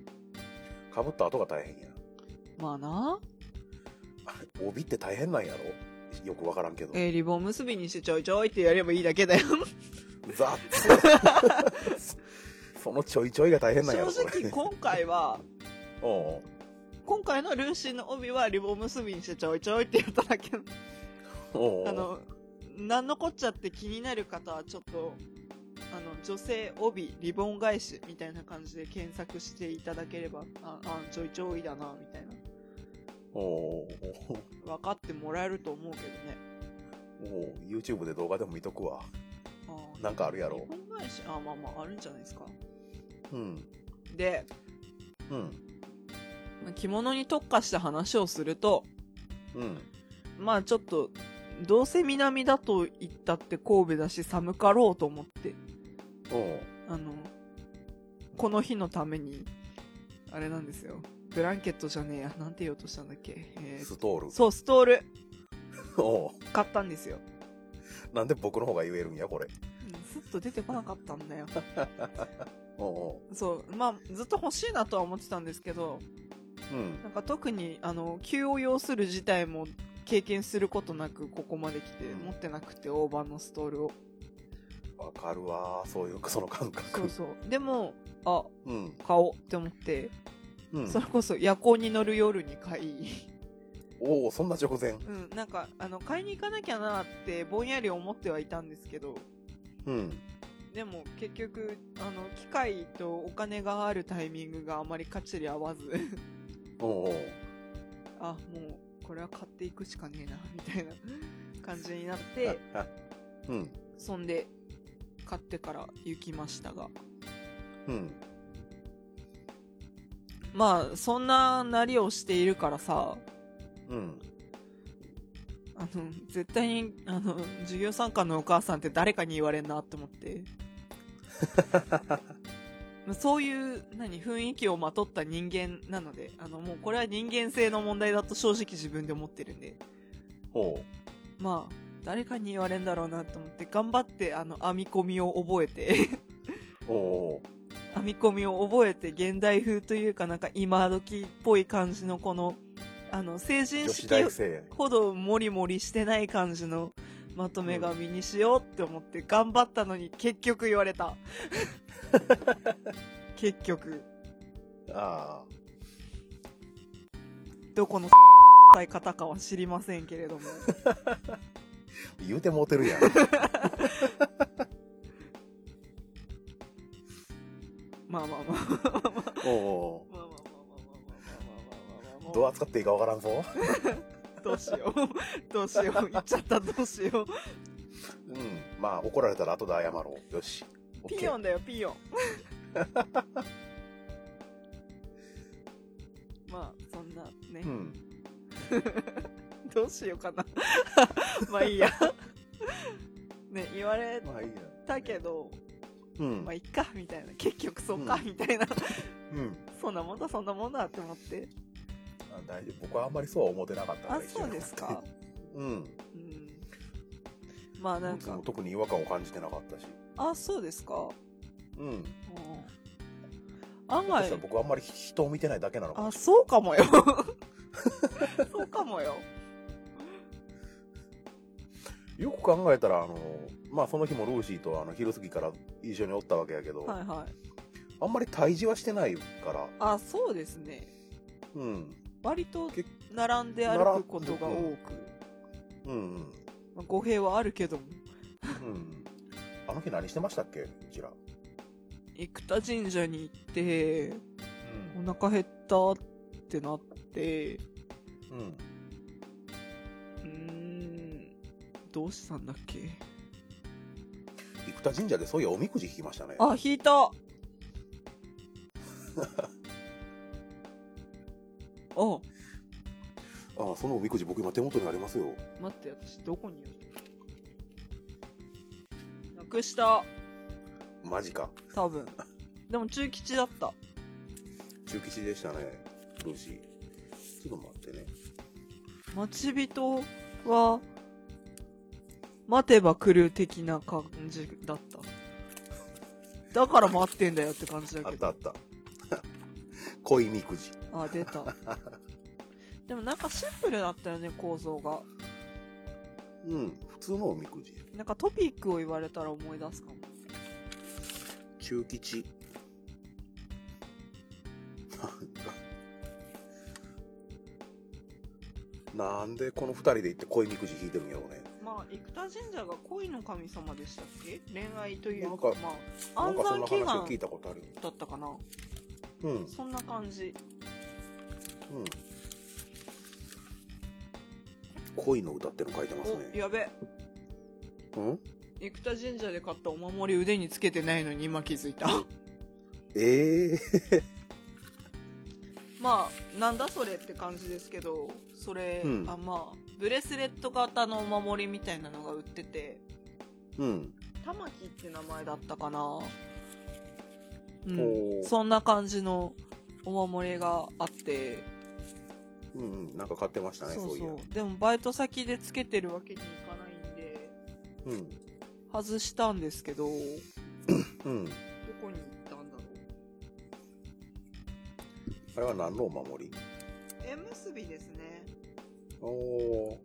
Speaker 2: かぶった後が大変や。
Speaker 1: まあな
Speaker 2: あれ帯って大変なんやろよくわからんけど。
Speaker 1: えーリボン結びにしてちょいちょいってやればいいだけだよ
Speaker 2: ザッそ そのちょいちょいが大変なんやろ
Speaker 1: 正直今回は
Speaker 2: お
Speaker 1: 今回のルーシーの帯はリボン結びにしてちょいちょいってやっただけな
Speaker 2: うおう
Speaker 1: あのなんのこっちゃって気になる方はちょっとあの女性帯リボン返しみたいな感じで検索していただければああちょいちょいだなみたいな
Speaker 2: おお
Speaker 1: 分かってもらえると思うけどね
Speaker 2: おお YouTube で動画でも見とくわ。
Speaker 1: あー
Speaker 2: なんかあるや
Speaker 1: 日
Speaker 2: ろ。
Speaker 1: 本返しあーまあまああるんじゃないですか
Speaker 2: うん。
Speaker 1: で
Speaker 2: うん。
Speaker 1: まあ着物に特化した話をすると
Speaker 2: うん。
Speaker 1: まあちょっとどうせ南だと言ったって神戸だし寒かろうと思って
Speaker 2: おう
Speaker 1: あのこの日のためにあれなんですよブランケットじゃねえやなんて言おうとしたんだっけ、えー
Speaker 2: ストール。
Speaker 1: そうストール
Speaker 2: おう
Speaker 1: 買ったんですよ
Speaker 2: なんで僕の方が言えるんや、これ。
Speaker 1: うんスッと出てこなかったんだよ
Speaker 2: おうお
Speaker 1: そうまあずっと欲しいなとは思ってたんですけど
Speaker 2: ううん。
Speaker 1: なんか特にあの急を要する事態も経験することなくここまで来て持ってなくて大判のストールを
Speaker 2: わかるわ。そういう、その感覚。
Speaker 1: そうそうでもあ
Speaker 2: うん。
Speaker 1: 買おうって思って、
Speaker 2: うん。
Speaker 1: それこそ夜行に乗る夜に買い、
Speaker 2: おおそんな直前。
Speaker 1: うん、なんかあの買いに行かなきゃなってぼんやり思ってはいたんですけど
Speaker 2: うん。
Speaker 1: でも結局あの機械とお金があるタイミングがあまりかっちり合わず
Speaker 2: おうおう
Speaker 1: あもうこれは買っていくしかねえなみたいな感じになって
Speaker 2: ああうん。
Speaker 1: そんで買ってから行きましたが
Speaker 2: うん。
Speaker 1: まあそんななりをしているからさ
Speaker 2: うん。
Speaker 1: あの絶対にあの授業参観のお母さんって誰かに言われんなって思ってまあそういう何雰囲気をまとった人間なのであのもうこれは人間性の問題だと正直自分で思ってるんで
Speaker 2: おう
Speaker 1: まあ誰かに言われんだろうなと思って頑張ってあの編み込みを覚えて
Speaker 2: おうおう
Speaker 1: 編み込みを覚えて現代風というかなんか今時っぽい感じのこのあの成人
Speaker 2: 女子
Speaker 1: 式を
Speaker 2: 大生。
Speaker 1: ほどモリモリしてない感じのまとめ髪にしようって思って頑張ったのに結局言われ た。結局、
Speaker 2: あ
Speaker 1: どこの使い方かは知りませんけれども。
Speaker 2: あ。言うてもう てるやん。
Speaker 1: まあまあまあ。
Speaker 2: おうお
Speaker 1: まあまあまあまあまあまあまあまあまあま
Speaker 2: う
Speaker 1: あ
Speaker 2: どう扱っていいかわからんぞ。
Speaker 1: どうしよう。どうしよう。言っちゃったどうしよう。
Speaker 2: うん。まあ、怒られたら後で謝ろう。よし。オッ
Speaker 1: ピ
Speaker 2: ケー
Speaker 1: ヨンだよ、ピヨ ン。まあ、そんなね
Speaker 2: う。ん。
Speaker 1: どうしよう かな。まあいいや。ね、言われ
Speaker 2: まあいいや。
Speaker 1: たけ。ど、
Speaker 2: うん
Speaker 1: まあ。いっか、みたいな。結局そうか
Speaker 2: う、ん
Speaker 1: みたいな。
Speaker 2: うん。
Speaker 1: そんなもんだ、そんなもんだって思って。
Speaker 2: あ大丈夫。僕はあんまりそうは思ってなかったから
Speaker 1: あ、そうですか。。
Speaker 2: 一緒うん。
Speaker 1: うん。まあなんか、
Speaker 2: 特に違和感を感じてなかったし。
Speaker 1: あ、そうですか。
Speaker 2: うん。
Speaker 1: うん案
Speaker 2: そし
Speaker 1: 外
Speaker 2: たら、僕はあんまり人を見てないだけなのかも
Speaker 1: あ、そうかもよ。 そうかもよ。
Speaker 2: よく考えたら、あの、まあその日もルーシーとあの昼過ぎから一緒におったわけやけど、
Speaker 1: はいはい。
Speaker 2: あんまり退治はしてないから、
Speaker 1: あ、そうですね。
Speaker 2: うん。
Speaker 1: 割と
Speaker 2: 結
Speaker 1: 並んで歩くことが多
Speaker 2: 並ん
Speaker 1: く、
Speaker 2: うんうん。
Speaker 1: まあ、語弊はあるけども
Speaker 2: うん。あの日何してましたっけうちら。
Speaker 1: 生田神社に行って
Speaker 2: う。
Speaker 1: お腹減ったってなってうん
Speaker 2: うん。
Speaker 1: ーんどうしたんだっけ
Speaker 2: 生田神社でそういやおみくじ引きましたね。
Speaker 1: あ引い たあ
Speaker 2: あそのおみくじ僕今手元にありますよ。
Speaker 1: 待って私どこにいるなくした
Speaker 2: マジか。
Speaker 1: 多分でも中吉だった
Speaker 2: 中吉でしたね。ルーシー。ちょっと待ってね。
Speaker 1: 待ち人は待てば来る的な感じだっただから待ってんだよって感じだ
Speaker 2: あ
Speaker 1: け
Speaker 2: っ
Speaker 1: ど
Speaker 2: たあった。 恋みくじ。
Speaker 1: あ出たでもなんかシンプルだったよね構造が
Speaker 2: うん。普通のおみくじ。
Speaker 1: なんかトピックを言われたら思い出すかも
Speaker 2: 中吉。なんでこの二人で行って恋みくじ引いてるんやろうね。
Speaker 1: まあ生田神社が恋の神様でしたっけ恋愛というか
Speaker 2: なんか
Speaker 1: まあ
Speaker 2: なん
Speaker 1: 安
Speaker 2: かそん
Speaker 1: 産
Speaker 2: な
Speaker 1: 祈
Speaker 2: 話
Speaker 1: 願
Speaker 2: を聞いたことある。
Speaker 1: だったかな
Speaker 2: うん。うん。
Speaker 1: そんな感じ
Speaker 2: 恋の歌っての書いてます
Speaker 1: お
Speaker 2: ね。
Speaker 1: やべ
Speaker 2: うん
Speaker 1: 生田神社で買ったお守り腕につけてないのに今気づいた
Speaker 2: ええ
Speaker 1: まあなんだそれって感じですけどそれ、
Speaker 2: うん
Speaker 1: あまあブレスレット型のお守りみたいなのが売ってて
Speaker 2: うん。
Speaker 1: 玉木って名前だったかな、う
Speaker 2: お
Speaker 1: ん、
Speaker 2: ー
Speaker 1: そんな感じのお守りがあって、
Speaker 2: うんうん。なんか買ってましたね、
Speaker 1: そ
Speaker 2: そううい
Speaker 1: そうう。でもバイト先でつけてるわけにいかないんで
Speaker 2: うん。
Speaker 1: 外したんですけどどこ
Speaker 2: うん。
Speaker 1: に行ったんだろう
Speaker 2: あれは何のお守り
Speaker 1: 縁結びですね
Speaker 2: おお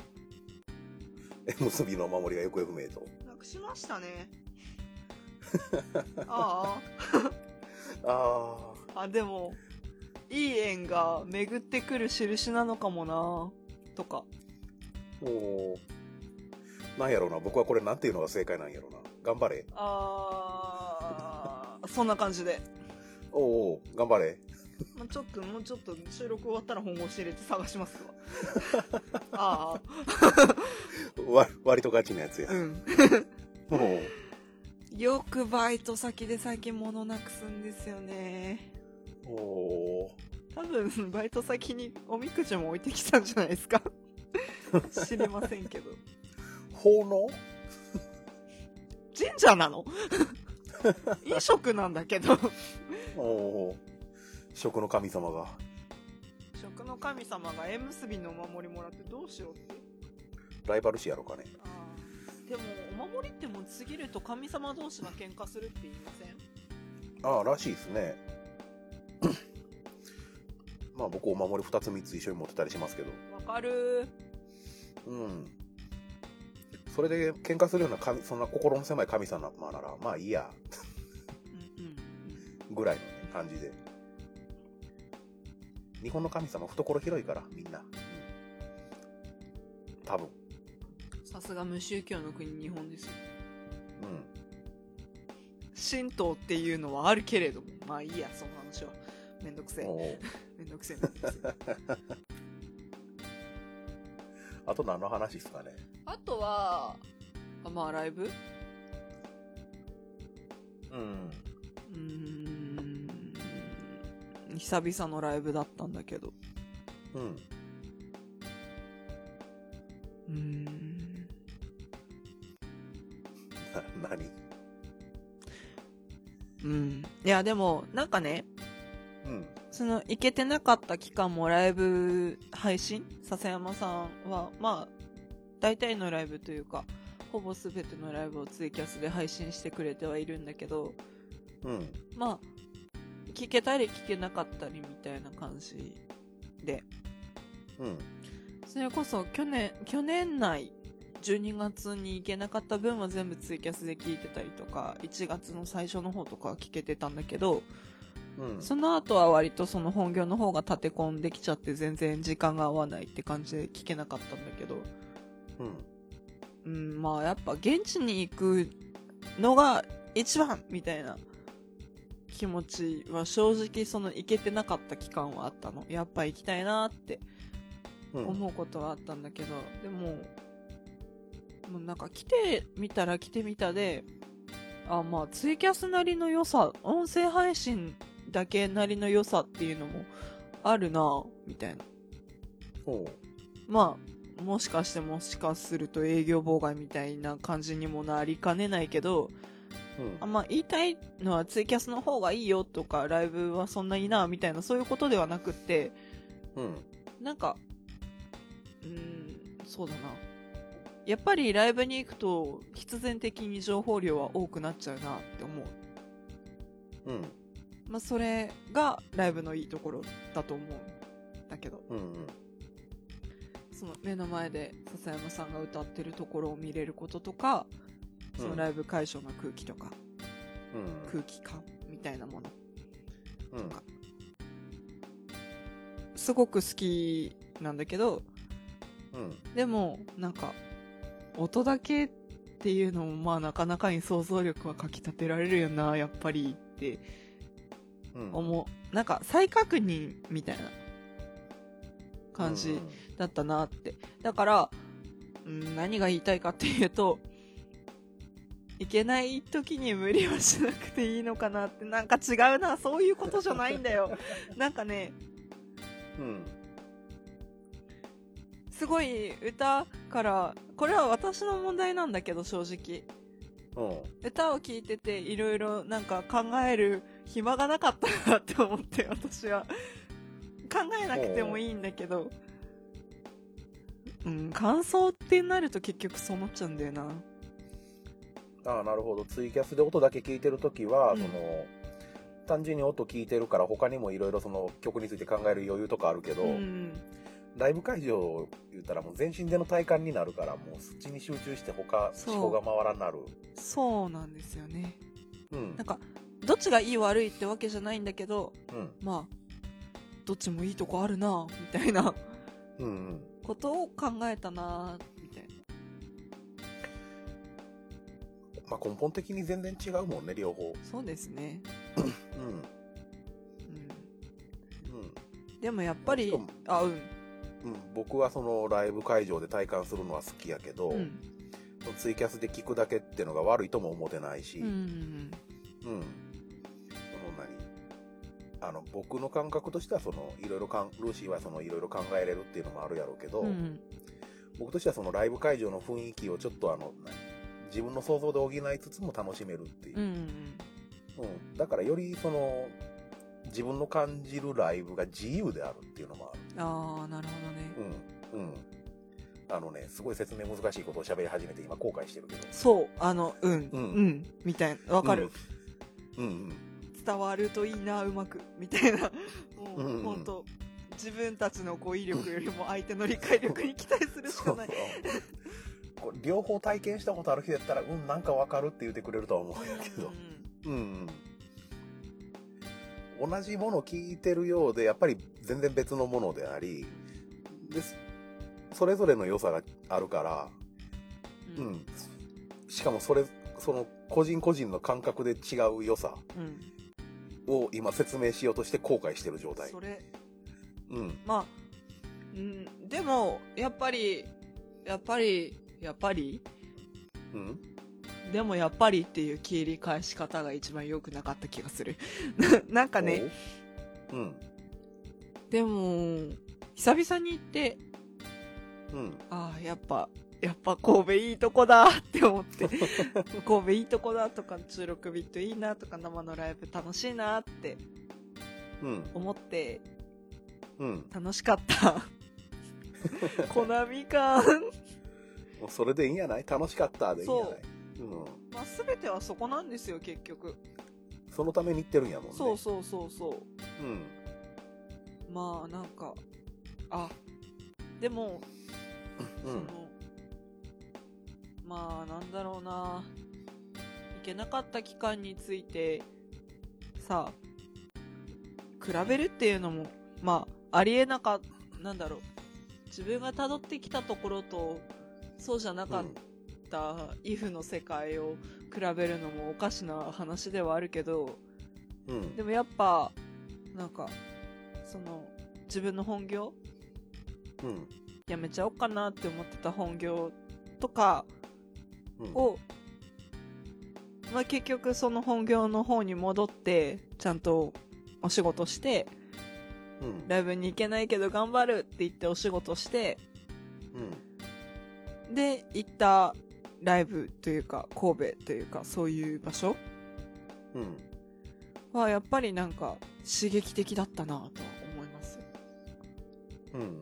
Speaker 2: ー。縁結びのお守りが行方不明と。
Speaker 1: なくしました ねああ
Speaker 2: あ
Speaker 1: あでもいい縁が巡ってくる印なのかもなとか
Speaker 2: あ。おお。なんやろうな、僕はこれなんていうのが正解なんやろうな。頑張れ。
Speaker 1: あーそんな感じで、
Speaker 2: おうおう、頑張れ。
Speaker 1: まあ、ちょっともうちょっと収録終わったら本腰入れて探しますわ あ
Speaker 2: わ割とガチなやつや
Speaker 1: あう。ん
Speaker 2: おう
Speaker 1: よくバイト先で最近物なくすんですよね
Speaker 2: おお
Speaker 1: 多分バイト先におみくじも置いてきたんじゃないですか 知りませんけど
Speaker 2: ー。奉納
Speaker 1: 神社なの 飲食なんだけど
Speaker 2: おおう。食の神様が。
Speaker 1: 食の神様が縁結びのお守りもらってどうしようって
Speaker 2: ライバル視やろうかね。
Speaker 1: でもお守りってもう過ぎると神様同士が喧嘩するって言いません
Speaker 2: ああ、らしいですね。 まあ僕お守り2つ3つ一緒に持ってたりしますけど。
Speaker 1: わかる
Speaker 2: うん。それで喧嘩するような神、そんな心の狭い神様なら、まあいいや、
Speaker 1: うんうん
Speaker 2: ぐらいのね、感じで。日本の神様、懐広いから、みんな。うん多分。
Speaker 1: さすが無宗教の国日本ですよ
Speaker 2: うん。
Speaker 1: 神道っていうのはあるけれどもまあいいやその話はめんどくせえ
Speaker 2: おう
Speaker 1: めんどくせえめんどくせえ
Speaker 2: あと何の話ですかね。
Speaker 1: あとはあまあライブ
Speaker 2: うん。
Speaker 1: うーん久々のライブだったんだけど
Speaker 2: うん。
Speaker 1: うーん。
Speaker 2: な 何
Speaker 1: うん。いや、でも、なんかね、
Speaker 2: うん。
Speaker 1: その、行けてなかった期間もライブ配信笹山さんは、まあ、大体のライブというか、ほぼ全てのライブをツイキャスで配信してくれてはいるんだけど、
Speaker 2: うん。
Speaker 1: まあ、聞けたり聞けなかったりみたいな感じで、
Speaker 2: うん。
Speaker 1: それこそ去年、去年内、12月に行けなかった分は全部ツイキャスで聞いてたりとか、1月の最初の方とかは聞けてたんだけど、
Speaker 2: うん。
Speaker 1: その後は割とその本業の方が立て込んできちゃって全然時間が合わないって感じで聞けなかったんだけど、
Speaker 2: う
Speaker 1: う
Speaker 2: ん。
Speaker 1: ん、まあやっぱ現地に行くのが一番みたいな気持ちは正直その行けてなかった期間はあったの。やっぱ行きたいなって
Speaker 2: うん。
Speaker 1: 思うことはあったんだけど、でも、もうなんか来てみたら来てみたで、あ、まあツイキャスなりの良さ、音声配信だけなりの良さっていうのもあるなみたいな。
Speaker 2: ほ
Speaker 1: まあ、もしかしてもしかすると営業妨害みたいな感じにもなりかねないけど、
Speaker 2: う。うん
Speaker 1: あ。まあ言いたいのはツイキャスの方がいいよとか、ライブはそんないいなみたいなそういうことではなくって、
Speaker 2: うん。
Speaker 1: なんか、うーん、そうだな。やっぱりライブに行くと必然的に情報量は多くなっちゃうなって思う。
Speaker 2: うん。
Speaker 1: まあそれがライブのいいところだと思うんだけど、
Speaker 2: うん。うん。
Speaker 1: その目の前で笹山さんが歌ってるところを見れることとか、そのライブ会場の空気とか、
Speaker 2: うん。
Speaker 1: 空気感みたいなもの。
Speaker 2: うん。
Speaker 1: すごく好きなんだけど、
Speaker 2: うん。
Speaker 1: でも、なんか、音だけっていうのも、まあなかなかに想像力はかきたてられるよな、やっぱりって
Speaker 2: うん。
Speaker 1: 思う。なんか、再確認みたいな感じだったなって。だから、うん、何が言いたいかっていうと、いけない時に無理をしなくていいのかなって、なんか違うな、そういうことじゃないんだよ。なんかね、
Speaker 2: うん。
Speaker 1: すごい歌から、これは私の問題なんだけど、正直。
Speaker 2: うん。うん。
Speaker 1: 歌を聴いてていろいろなんか考える暇がなかったなって思って私は考えなくてもいいんだけどうん感想ってなると結局そう思っちゃうんだよな
Speaker 2: ああ、なるほど。ツイキャスで音だけ聞いてるときは、
Speaker 1: うん
Speaker 2: その、単純に音聞いてるから他にもいろいろその曲について考える余裕とかあるけど、
Speaker 1: うん
Speaker 2: ライブ会場を言ったらもう全身での体感になるから、もうそっちに集中して他、
Speaker 1: そう
Speaker 2: 思考が回らんなる。
Speaker 1: そうなんですよね
Speaker 2: うん
Speaker 1: なん。かどっちがいい悪いってわけじゃないんだけど
Speaker 2: うん。
Speaker 1: まあどっちもいいとこあるなみたいな
Speaker 2: うんうん。
Speaker 1: ことを考えたなみたいな
Speaker 2: まあ根本的に全然違うもんね、両方。
Speaker 1: そうですね、
Speaker 2: うん。
Speaker 1: う
Speaker 2: うん。
Speaker 1: ん、でもやっぱり
Speaker 2: もち
Speaker 1: あうん
Speaker 2: うん、僕はそのライブ会場で体感するのは好きやけど、
Speaker 1: うん
Speaker 2: ツイキャスで聞くだけってのが悪いとも思ってないし、
Speaker 1: うんうん
Speaker 2: うんその何あの僕の感覚としてはそのいろいろかんルーシーはそのいろいろ考えれるっていうのもあるやろうけど、
Speaker 1: うん
Speaker 2: 僕としてはそのライブ会場の雰囲気をちょっとあの何自分の想像で補いつつも楽しめるっていう、
Speaker 1: う
Speaker 2: うん
Speaker 1: ん
Speaker 2: だからよりその自分の感じるライブが自由であるっていうのもある
Speaker 1: ああなるほどね、
Speaker 2: うんうんあのねすごい説明難しいことを喋り始めて今後悔してるけど
Speaker 1: そうあのうんう、
Speaker 2: うんん
Speaker 1: みたいなわかる、
Speaker 2: うんうん
Speaker 1: 伝わるといいなうまくみたいなもう、
Speaker 2: うんうん
Speaker 1: ほんと自分たちの語彙力よりも相手の理解力に期待するし
Speaker 2: そ
Speaker 1: か
Speaker 2: う
Speaker 1: ない
Speaker 2: そうこう両方体験したことある人やったらうんなんかわかるって言ってくれるとは思うんやけどうんうん同じものを聞いてるようでやっぱり全然別のものでありですそれぞれの良さがあるから
Speaker 1: う
Speaker 2: うんんしかもそれその個人個人の感覚で違う良さ
Speaker 1: うん、
Speaker 2: を今説明しようとして後悔してる状態
Speaker 1: それ
Speaker 2: うん
Speaker 1: まあうんでもやっぱりやっぱりやっぱり
Speaker 2: うん
Speaker 1: でもやっぱりっていう切り返し方が一番良くなかった気がするなんかね
Speaker 2: おううん
Speaker 1: でも久々に行って
Speaker 2: うん。
Speaker 1: ああ、やっぱ、やっぱ神戸いいとこだって思 って、神戸いいとこだとか、収録ビットいいなとか、生のライブ楽しいなって
Speaker 2: うん。
Speaker 1: 思って、
Speaker 2: うん。
Speaker 1: 楽しか った。コナミ感。
Speaker 2: もうそれでいいんやない楽しかったでいいんやない
Speaker 1: そう
Speaker 2: うん。
Speaker 1: まあ、すべてはそこなんですよ、結局。
Speaker 2: そのために行ってるんやもんね。
Speaker 1: そうそうそうそう。
Speaker 2: うん。
Speaker 1: まあなんかあでも、
Speaker 2: う
Speaker 1: その
Speaker 2: ん。
Speaker 1: まあなんだろうな行けなかった期間についてさ比べるっていうのもまあありえなかなんだろう自分が辿ってきたところとそうじゃなかったイフの世界を比べるのもおかしな話ではあるけど、
Speaker 2: うん。
Speaker 1: でもやっぱなんかその自分の本業
Speaker 2: うん。
Speaker 1: やめちゃおうかなって思ってた本業とか
Speaker 2: うん。
Speaker 1: を、まあ、結局その本業の方に戻ってちゃんとお仕事して
Speaker 2: うん。
Speaker 1: ライブに行けないけど頑張るって言ってお仕事して
Speaker 2: うん。
Speaker 1: で行ったライブというか神戸というかそういう場所
Speaker 2: うん。
Speaker 1: はやっぱりなんか刺激的だったなとは思います
Speaker 2: うん。うん。
Speaker 1: うん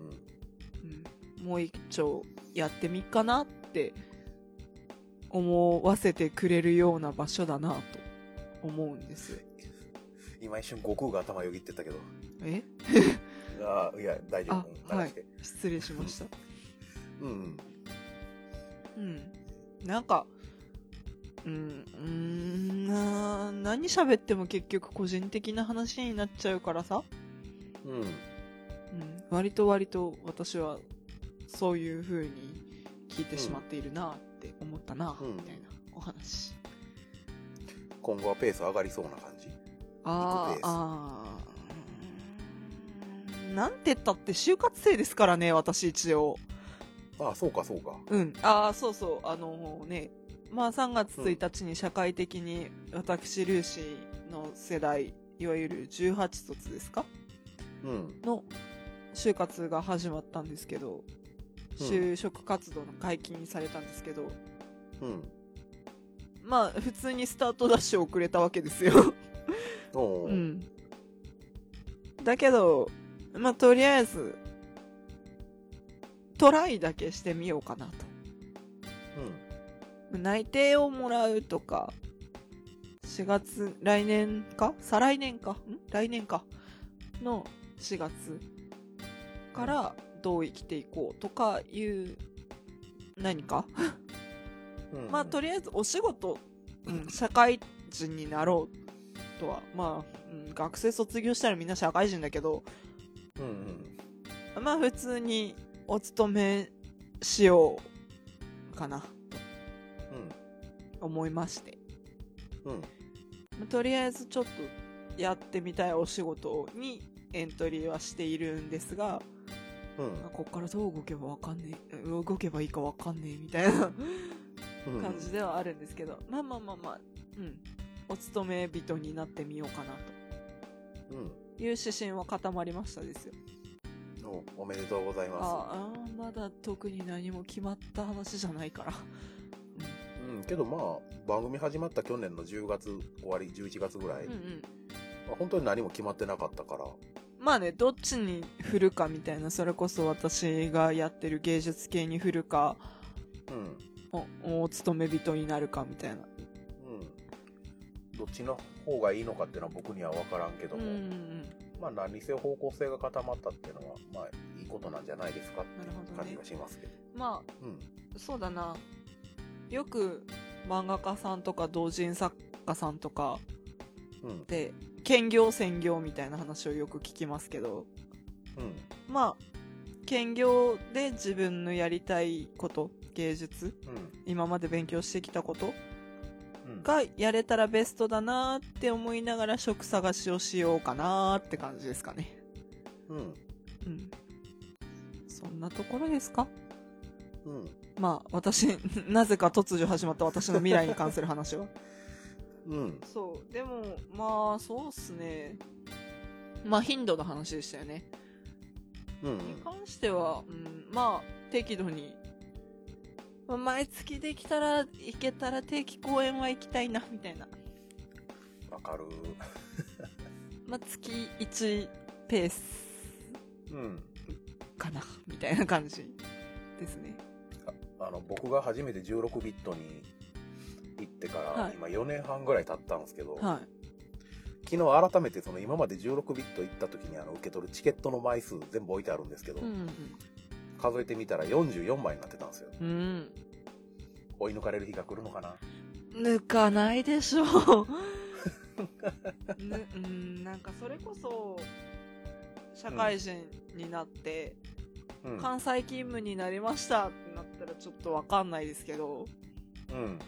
Speaker 1: もう一丁やってみっかなって思わせてくれるような場所だなと思うんです
Speaker 2: 今一瞬悟空が頭よぎってたけど。
Speaker 1: え
Speaker 2: ああ、いや、大丈
Speaker 1: あ
Speaker 2: 夫。うん
Speaker 1: は
Speaker 2: 流
Speaker 1: い
Speaker 2: して。
Speaker 1: 失礼しました
Speaker 2: うん。
Speaker 1: うんなんかうんうーんな何喋っても結局個人的な話になっちゃうからさ、
Speaker 2: う
Speaker 1: う
Speaker 2: ん。
Speaker 1: ん、割と割と私はそういう風に聞いてしまっているなって思ったな、
Speaker 2: うん
Speaker 1: みたいなお話
Speaker 2: 今後はペース上がりそうな感じ。
Speaker 1: あ
Speaker 2: 行くペース
Speaker 1: ーあーうーんなんて言ったって就活生ですからね私一応
Speaker 2: ああ、そうか、そうか。
Speaker 1: うんああそうそうあのねまあ3月1日に社会的に私ルーシーの世代いわゆる18卒ですか
Speaker 2: うん。
Speaker 1: の就活が始まったんですけど
Speaker 2: うん
Speaker 1: 就職活動の解禁にされたんですけど、
Speaker 2: うん。
Speaker 1: まあ普通にスタートダッシュ遅れたわけですよ
Speaker 2: おー
Speaker 1: うん、だけど、まあ、とりあえずトライだけしてみようかなと内定をもらうとか4月来年か再来年かん来年かの4月からどう生きていこうとかいう何か、
Speaker 2: うん。うん。
Speaker 1: まあとりあえずお仕事、うん、社会人になろうとはまあ、うん、学生卒業したらみんな社会人だけど、
Speaker 2: うんうん。
Speaker 1: まあ普通にお勤めしようかなと思いまして。
Speaker 2: うん。うん。
Speaker 1: まあとりあえずちょっとやってみたいお仕事にエントリーはしているんですが、
Speaker 2: うん
Speaker 1: まあ。こっからどう動けばわかんねえ、うん動けばいいかわかんねえみたいな
Speaker 2: うん
Speaker 1: 感じではあるんですけど、まあまあまあまあ、うん。お勤め人になってみようかな
Speaker 2: うん。
Speaker 1: という指針は固まりましたですよ。
Speaker 2: おおめでとうございま
Speaker 1: ああー、まだ特に何も決まった話じゃないから。
Speaker 2: す。うん。けどまあ、番組始まった去年の10月終わり、11月ぐらい、
Speaker 1: うん、うんうん。
Speaker 2: まあ本当に何も決まってなかったから。
Speaker 1: まあね、どっちに振るかみたいな、それこそ私がやってる芸術系に振るか、
Speaker 2: うん。
Speaker 1: お、お勤め人になるかみたいな。
Speaker 2: うん。どっちの方がいいのかっていうのは僕には分からんけど
Speaker 1: うん
Speaker 2: も、
Speaker 1: うんうん。
Speaker 2: まあ何にせよ方向性が固まったっていうのは、まあいいことなんじゃないですかって
Speaker 1: なるほど
Speaker 2: 感
Speaker 1: ね
Speaker 2: じが。しますけど。
Speaker 1: ま
Speaker 2: うん。
Speaker 1: あ、そうだな。よく漫画家さんとか同人作家さんとか
Speaker 2: うん。
Speaker 1: で、兼業専業みたいな話をよく聞きますけど、
Speaker 2: うん。
Speaker 1: まあ、兼業で自分のやりたいこと、芸術、
Speaker 2: うん。
Speaker 1: 今まで勉強してきたこと
Speaker 2: うん。
Speaker 1: がやれたらベストだなーって思いながら職探しをしようかなーって感じですかね。
Speaker 2: うん。
Speaker 1: うん。そんなところですか
Speaker 2: うん。
Speaker 1: まあ私、 なぜか突如始まった私の未来に関する話は。
Speaker 2: うん。
Speaker 1: そう。でも、まあそうっすね。まあ頻度の話でしたよね。
Speaker 2: うん。
Speaker 1: に関しては、うん、まあ、適度に。まあ毎月できたら、行けたら定期公演は行きたいな、みたいな。
Speaker 2: わかる。
Speaker 1: まあ、月1ペース
Speaker 2: うん。
Speaker 1: かな、みたいな感じですね。
Speaker 2: あの、僕が初めて16ビットに行ってから、
Speaker 1: はい
Speaker 2: 今4年半ぐらい経ったんですけど、
Speaker 1: はい。
Speaker 2: 昨日改めてその今まで16ビット行った時にあの受け取るチケットの枚数全部置いてあるんですけど、
Speaker 1: うんうん
Speaker 2: 数えてみたら44枚になってたんですよ。
Speaker 1: うん。
Speaker 2: 追い抜かれる日が来るのかな
Speaker 1: うん。抜かないでし ょう。ぬうん、なんかそれこそ、社会人になって、
Speaker 2: うん。
Speaker 1: 関西勤務になりましたってなったらちょっとわかんないですけど、
Speaker 2: うん。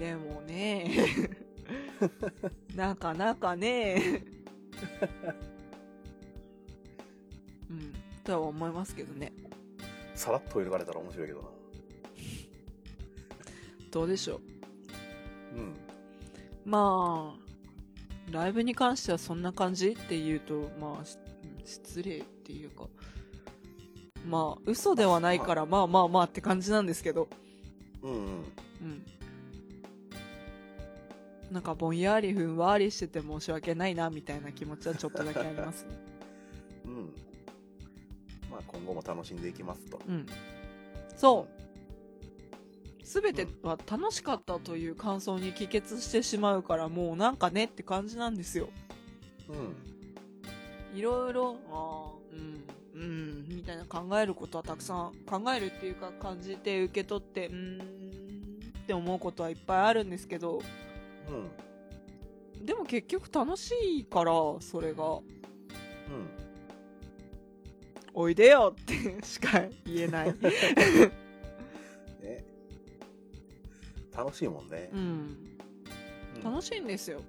Speaker 1: でも ね、なかなかね、 うん、とは思いますけどね。
Speaker 2: さらっと追い抜かれたら面白いけどな。
Speaker 1: どうでしょう。
Speaker 2: うん。
Speaker 1: まあ、ライブに関してはそんな感じって言うと、まあ、しうん失礼っていうか、まあ、嘘ではないから、まあまあまあって感じなんですけど、
Speaker 2: うんうん。
Speaker 1: うん。なんかぼんやりふんわりしてて申し訳ないなみたいな気持ちはちょっとだけあり ますね。
Speaker 2: うん。まあ今後も楽しんでいきますと。
Speaker 1: うん。そう。すべては楽しかったという感想に帰結してしまうから、もうなんかねって感じなんですよ。
Speaker 2: うん。
Speaker 1: いろいろ、ああ、うん、うん、みたいな考えることはたくさん、考えるっていうか感じて受け取って、うーんって思うことはいっぱいあるんですけど、
Speaker 2: うん。うん。
Speaker 1: でも結局楽しいから、それが。おいでよって しか言えない。
Speaker 2: ね。楽しいもんね
Speaker 1: う。ん。
Speaker 2: うん
Speaker 1: 楽しいんですよ。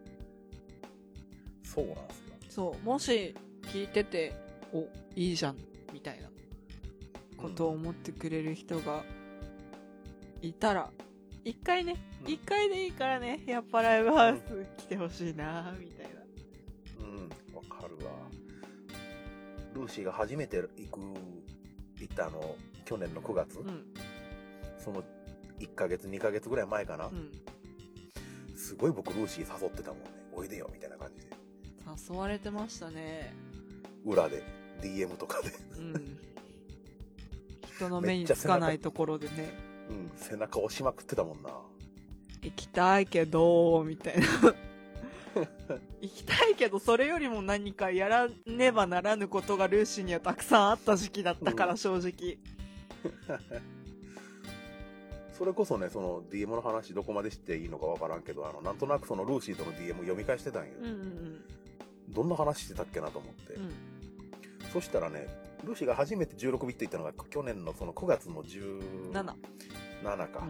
Speaker 2: そうなんですよ。
Speaker 1: そう。もし聞いてて、お、いいじゃん、みたいなことを思ってくれる人がいたら、一回ね、
Speaker 2: うん
Speaker 1: 一回でいいからね、やっぱライブハウス来てほしいな、みたいな。
Speaker 2: うん。わかるわ。ルーシーが初めて行く、行ったあの、去年の9月、
Speaker 1: うん。
Speaker 2: その1ヶ月、2ヶ月ぐらい前かな。
Speaker 1: うん。
Speaker 2: すごい僕ルーシー誘ってたもんね。おいでよ、みたいな感じで。
Speaker 1: 誘われてましたね。
Speaker 2: 裏で、DM とかで。
Speaker 1: うん。人の目につかないところでね、
Speaker 2: うん。背中押しまくってたもんな。
Speaker 1: 行きたいけど、みたい な。行きたいけど、それよりも何かやらねばならぬことがルーシーにはたくさんあった時期だったか
Speaker 2: う
Speaker 1: ら、
Speaker 2: ん
Speaker 1: 正直。
Speaker 2: それこそね、その DM の話どこまでしていいのかわからんけど、あの、なんとなくそのルーシーとの DM 読み返してたんよ。
Speaker 1: うんうん
Speaker 2: どんな話してたっけなと思って。
Speaker 1: うん。うん
Speaker 2: そしたらね、ルーシーが初めて16ビット行ったのが去年のその9月の
Speaker 1: 7
Speaker 2: 17か、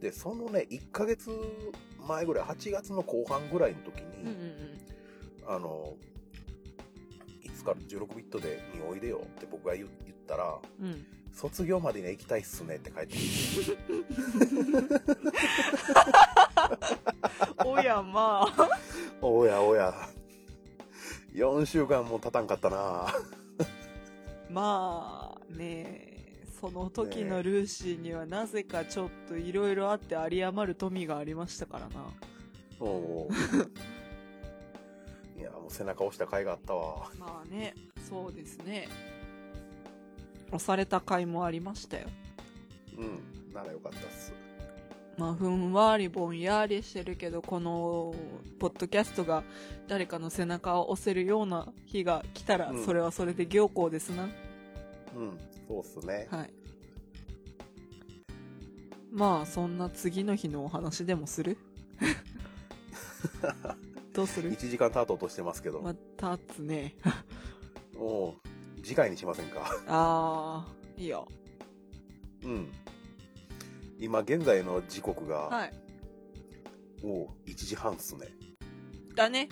Speaker 2: で、そのね、1ヶ月前ぐらい、8月の後半ぐらいの時
Speaker 1: うんうん
Speaker 2: に、あの、いつから16ビットでにおいでよって僕が言言ったら、
Speaker 1: うんうん
Speaker 2: 卒業までには行きたいっすねって書いてきて
Speaker 1: おやまあ
Speaker 2: おやおや、4週間も経たんかったな
Speaker 1: まあねえその時のルーシーにはなぜかちょっといろいろあって有り余る富がありましたからな
Speaker 2: おう いや、もう背中押した甲斐があったわ。
Speaker 1: まあねそうですね押された甲斐もありましたよ
Speaker 2: うん、ならよかったっす。
Speaker 1: まあふんわりぼんやりしてるけどこのポッドキャストが誰かの背中を押せるような日が来たら
Speaker 2: うん
Speaker 1: それはそれで行幸ですな、
Speaker 2: うん、そうっすね。
Speaker 1: はい。まあ、そんな次の日のお話でもす るどうする
Speaker 2: 1時間経とうとしてますけど、
Speaker 1: またつね。
Speaker 2: おう次回にしませんか。
Speaker 1: あー、いいよ。
Speaker 2: うん。今現在の時刻が、
Speaker 1: はい。
Speaker 2: おう1時半っすね。
Speaker 1: だね。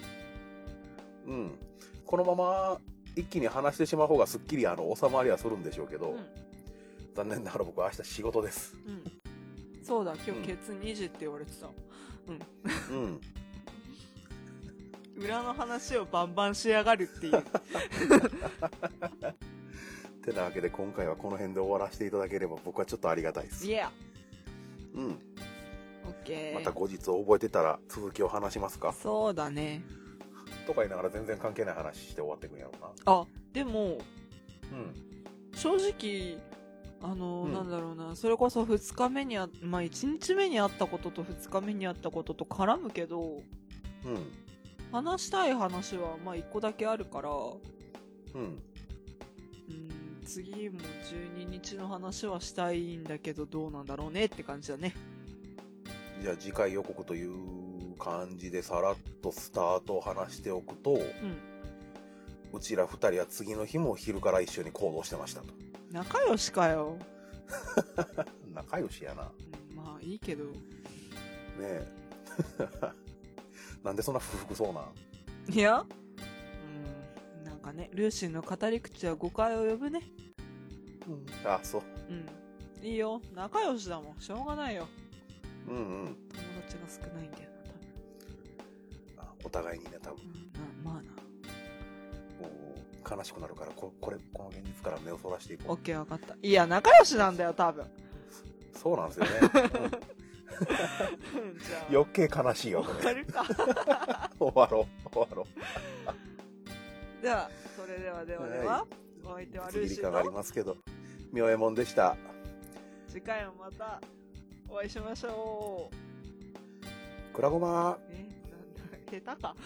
Speaker 2: うん。このまま一気に話してしまう方がすっきりあの収まりはするんでしょうけ
Speaker 1: う
Speaker 2: ど、
Speaker 1: ん。
Speaker 2: 残念ながら僕は明日仕事です。
Speaker 1: うん。そうだ、今日ケツ2時って言われてた。
Speaker 2: うん。
Speaker 1: 裏の話をバンバンしやがるっていう。
Speaker 2: てなわけで今回はこの辺で終わらせていただければ僕はちょっとありがたいです。
Speaker 1: Yeah!
Speaker 2: うん。
Speaker 1: OK。
Speaker 2: また後日覚えてたら続きを話しますか。
Speaker 1: そうだね。
Speaker 2: とか言いながら全然関係ない話して終わってくんやろうな。
Speaker 1: あ、でも、
Speaker 2: うん。
Speaker 1: 正直、あの、
Speaker 2: うん
Speaker 1: なんだろうな、それこそ2日目にあ、まあ1日目にあったことと2日目にあったことと絡むけど、
Speaker 2: うん。
Speaker 1: 話したい話はまあ1個だけあるから、
Speaker 2: うん。
Speaker 1: うん、次も12日の話はしたいんだけど、どうなんだろうねって感じだね。
Speaker 2: じゃあ次回予告という感じでさらっとスタートを話しておくと、
Speaker 1: うん。
Speaker 2: うちら二人は次の日も昼から一緒に行動してましたと。
Speaker 1: 仲良しかよ。
Speaker 2: 仲良しやな。ね
Speaker 1: うんまあいいけど。
Speaker 2: え。 なんでそんな不服そうなん
Speaker 1: いや、うん、なんかね、ルーシーの語り口は誤解を呼ぶね。
Speaker 2: あ、そう。
Speaker 1: うん。いいよ。仲良しだもん。しょうがないよ。
Speaker 2: うんうん。
Speaker 1: 友達が少ないんだよな、多分。
Speaker 2: あお互いにね、多分、
Speaker 1: うん、なまあな。
Speaker 2: もう悲しくなるから、ここれ、この現実から目をそらしてい
Speaker 1: オ
Speaker 2: こ
Speaker 1: ッケー、わかった。いや、仲良しなんだよ、多分。
Speaker 2: う。そうなんですよね。
Speaker 1: うんじゃあ。
Speaker 2: うん 余計悲しいよ、こ
Speaker 1: 終わるか。
Speaker 2: れ。 終わろう、終わろ う。
Speaker 1: では、それではではでは、お相手はルー
Speaker 2: 次
Speaker 1: シ
Speaker 2: に
Speaker 1: ー
Speaker 2: かかり
Speaker 1: と、
Speaker 2: ますけど。妙右衛門でした。
Speaker 1: 次回もまたお会いしましょう。
Speaker 2: くらごま、
Speaker 1: え、なんだ、下手か。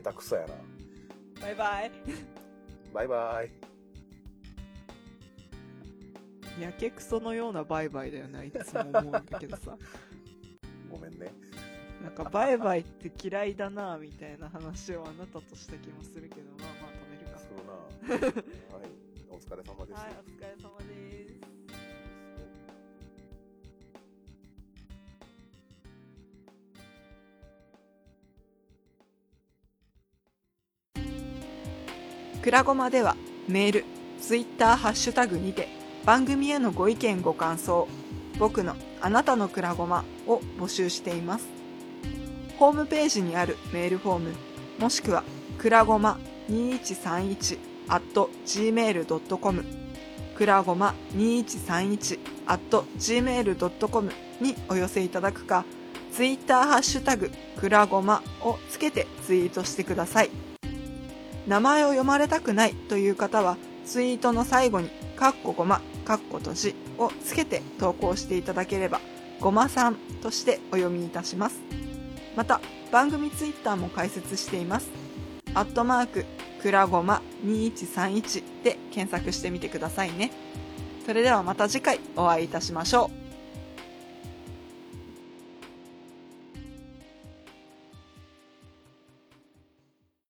Speaker 2: 下手くそやな。
Speaker 1: バイバイ。
Speaker 2: バイバイ。
Speaker 1: やけくそのようなバイバイだよな、いつも思うんだけどさ。
Speaker 2: ごめんね。
Speaker 1: なんかバイバイって嫌いだなみたいな話をあなたとした気もするけど、まあまあ止めるか。
Speaker 2: そうな。 はい。お疲れ様です。
Speaker 1: はい、お疲れ様です。くらごまではメール、ツイッター、ハッシュタグにて番組へのご意見ご感想、僕のあなたのくらごまを募集しています。ホームページにあるメールフォーム、もしくはくらごま2131 at gmail.com くらごま2131 at gmail.com にお寄せいただくか、ツイッターハッシュタグくらごまをつけてツイートしてください。名前を読まれたくないという方は、ツイートの最後に、かっこごま、かっことじをつけて投稿していただければ、ごまさんとしてお読みいたします。また、番組ツイッターも開設しています。アットマーク、くらごま2131で検索してみてくださいね。それではまた次回お会いいたしましょう。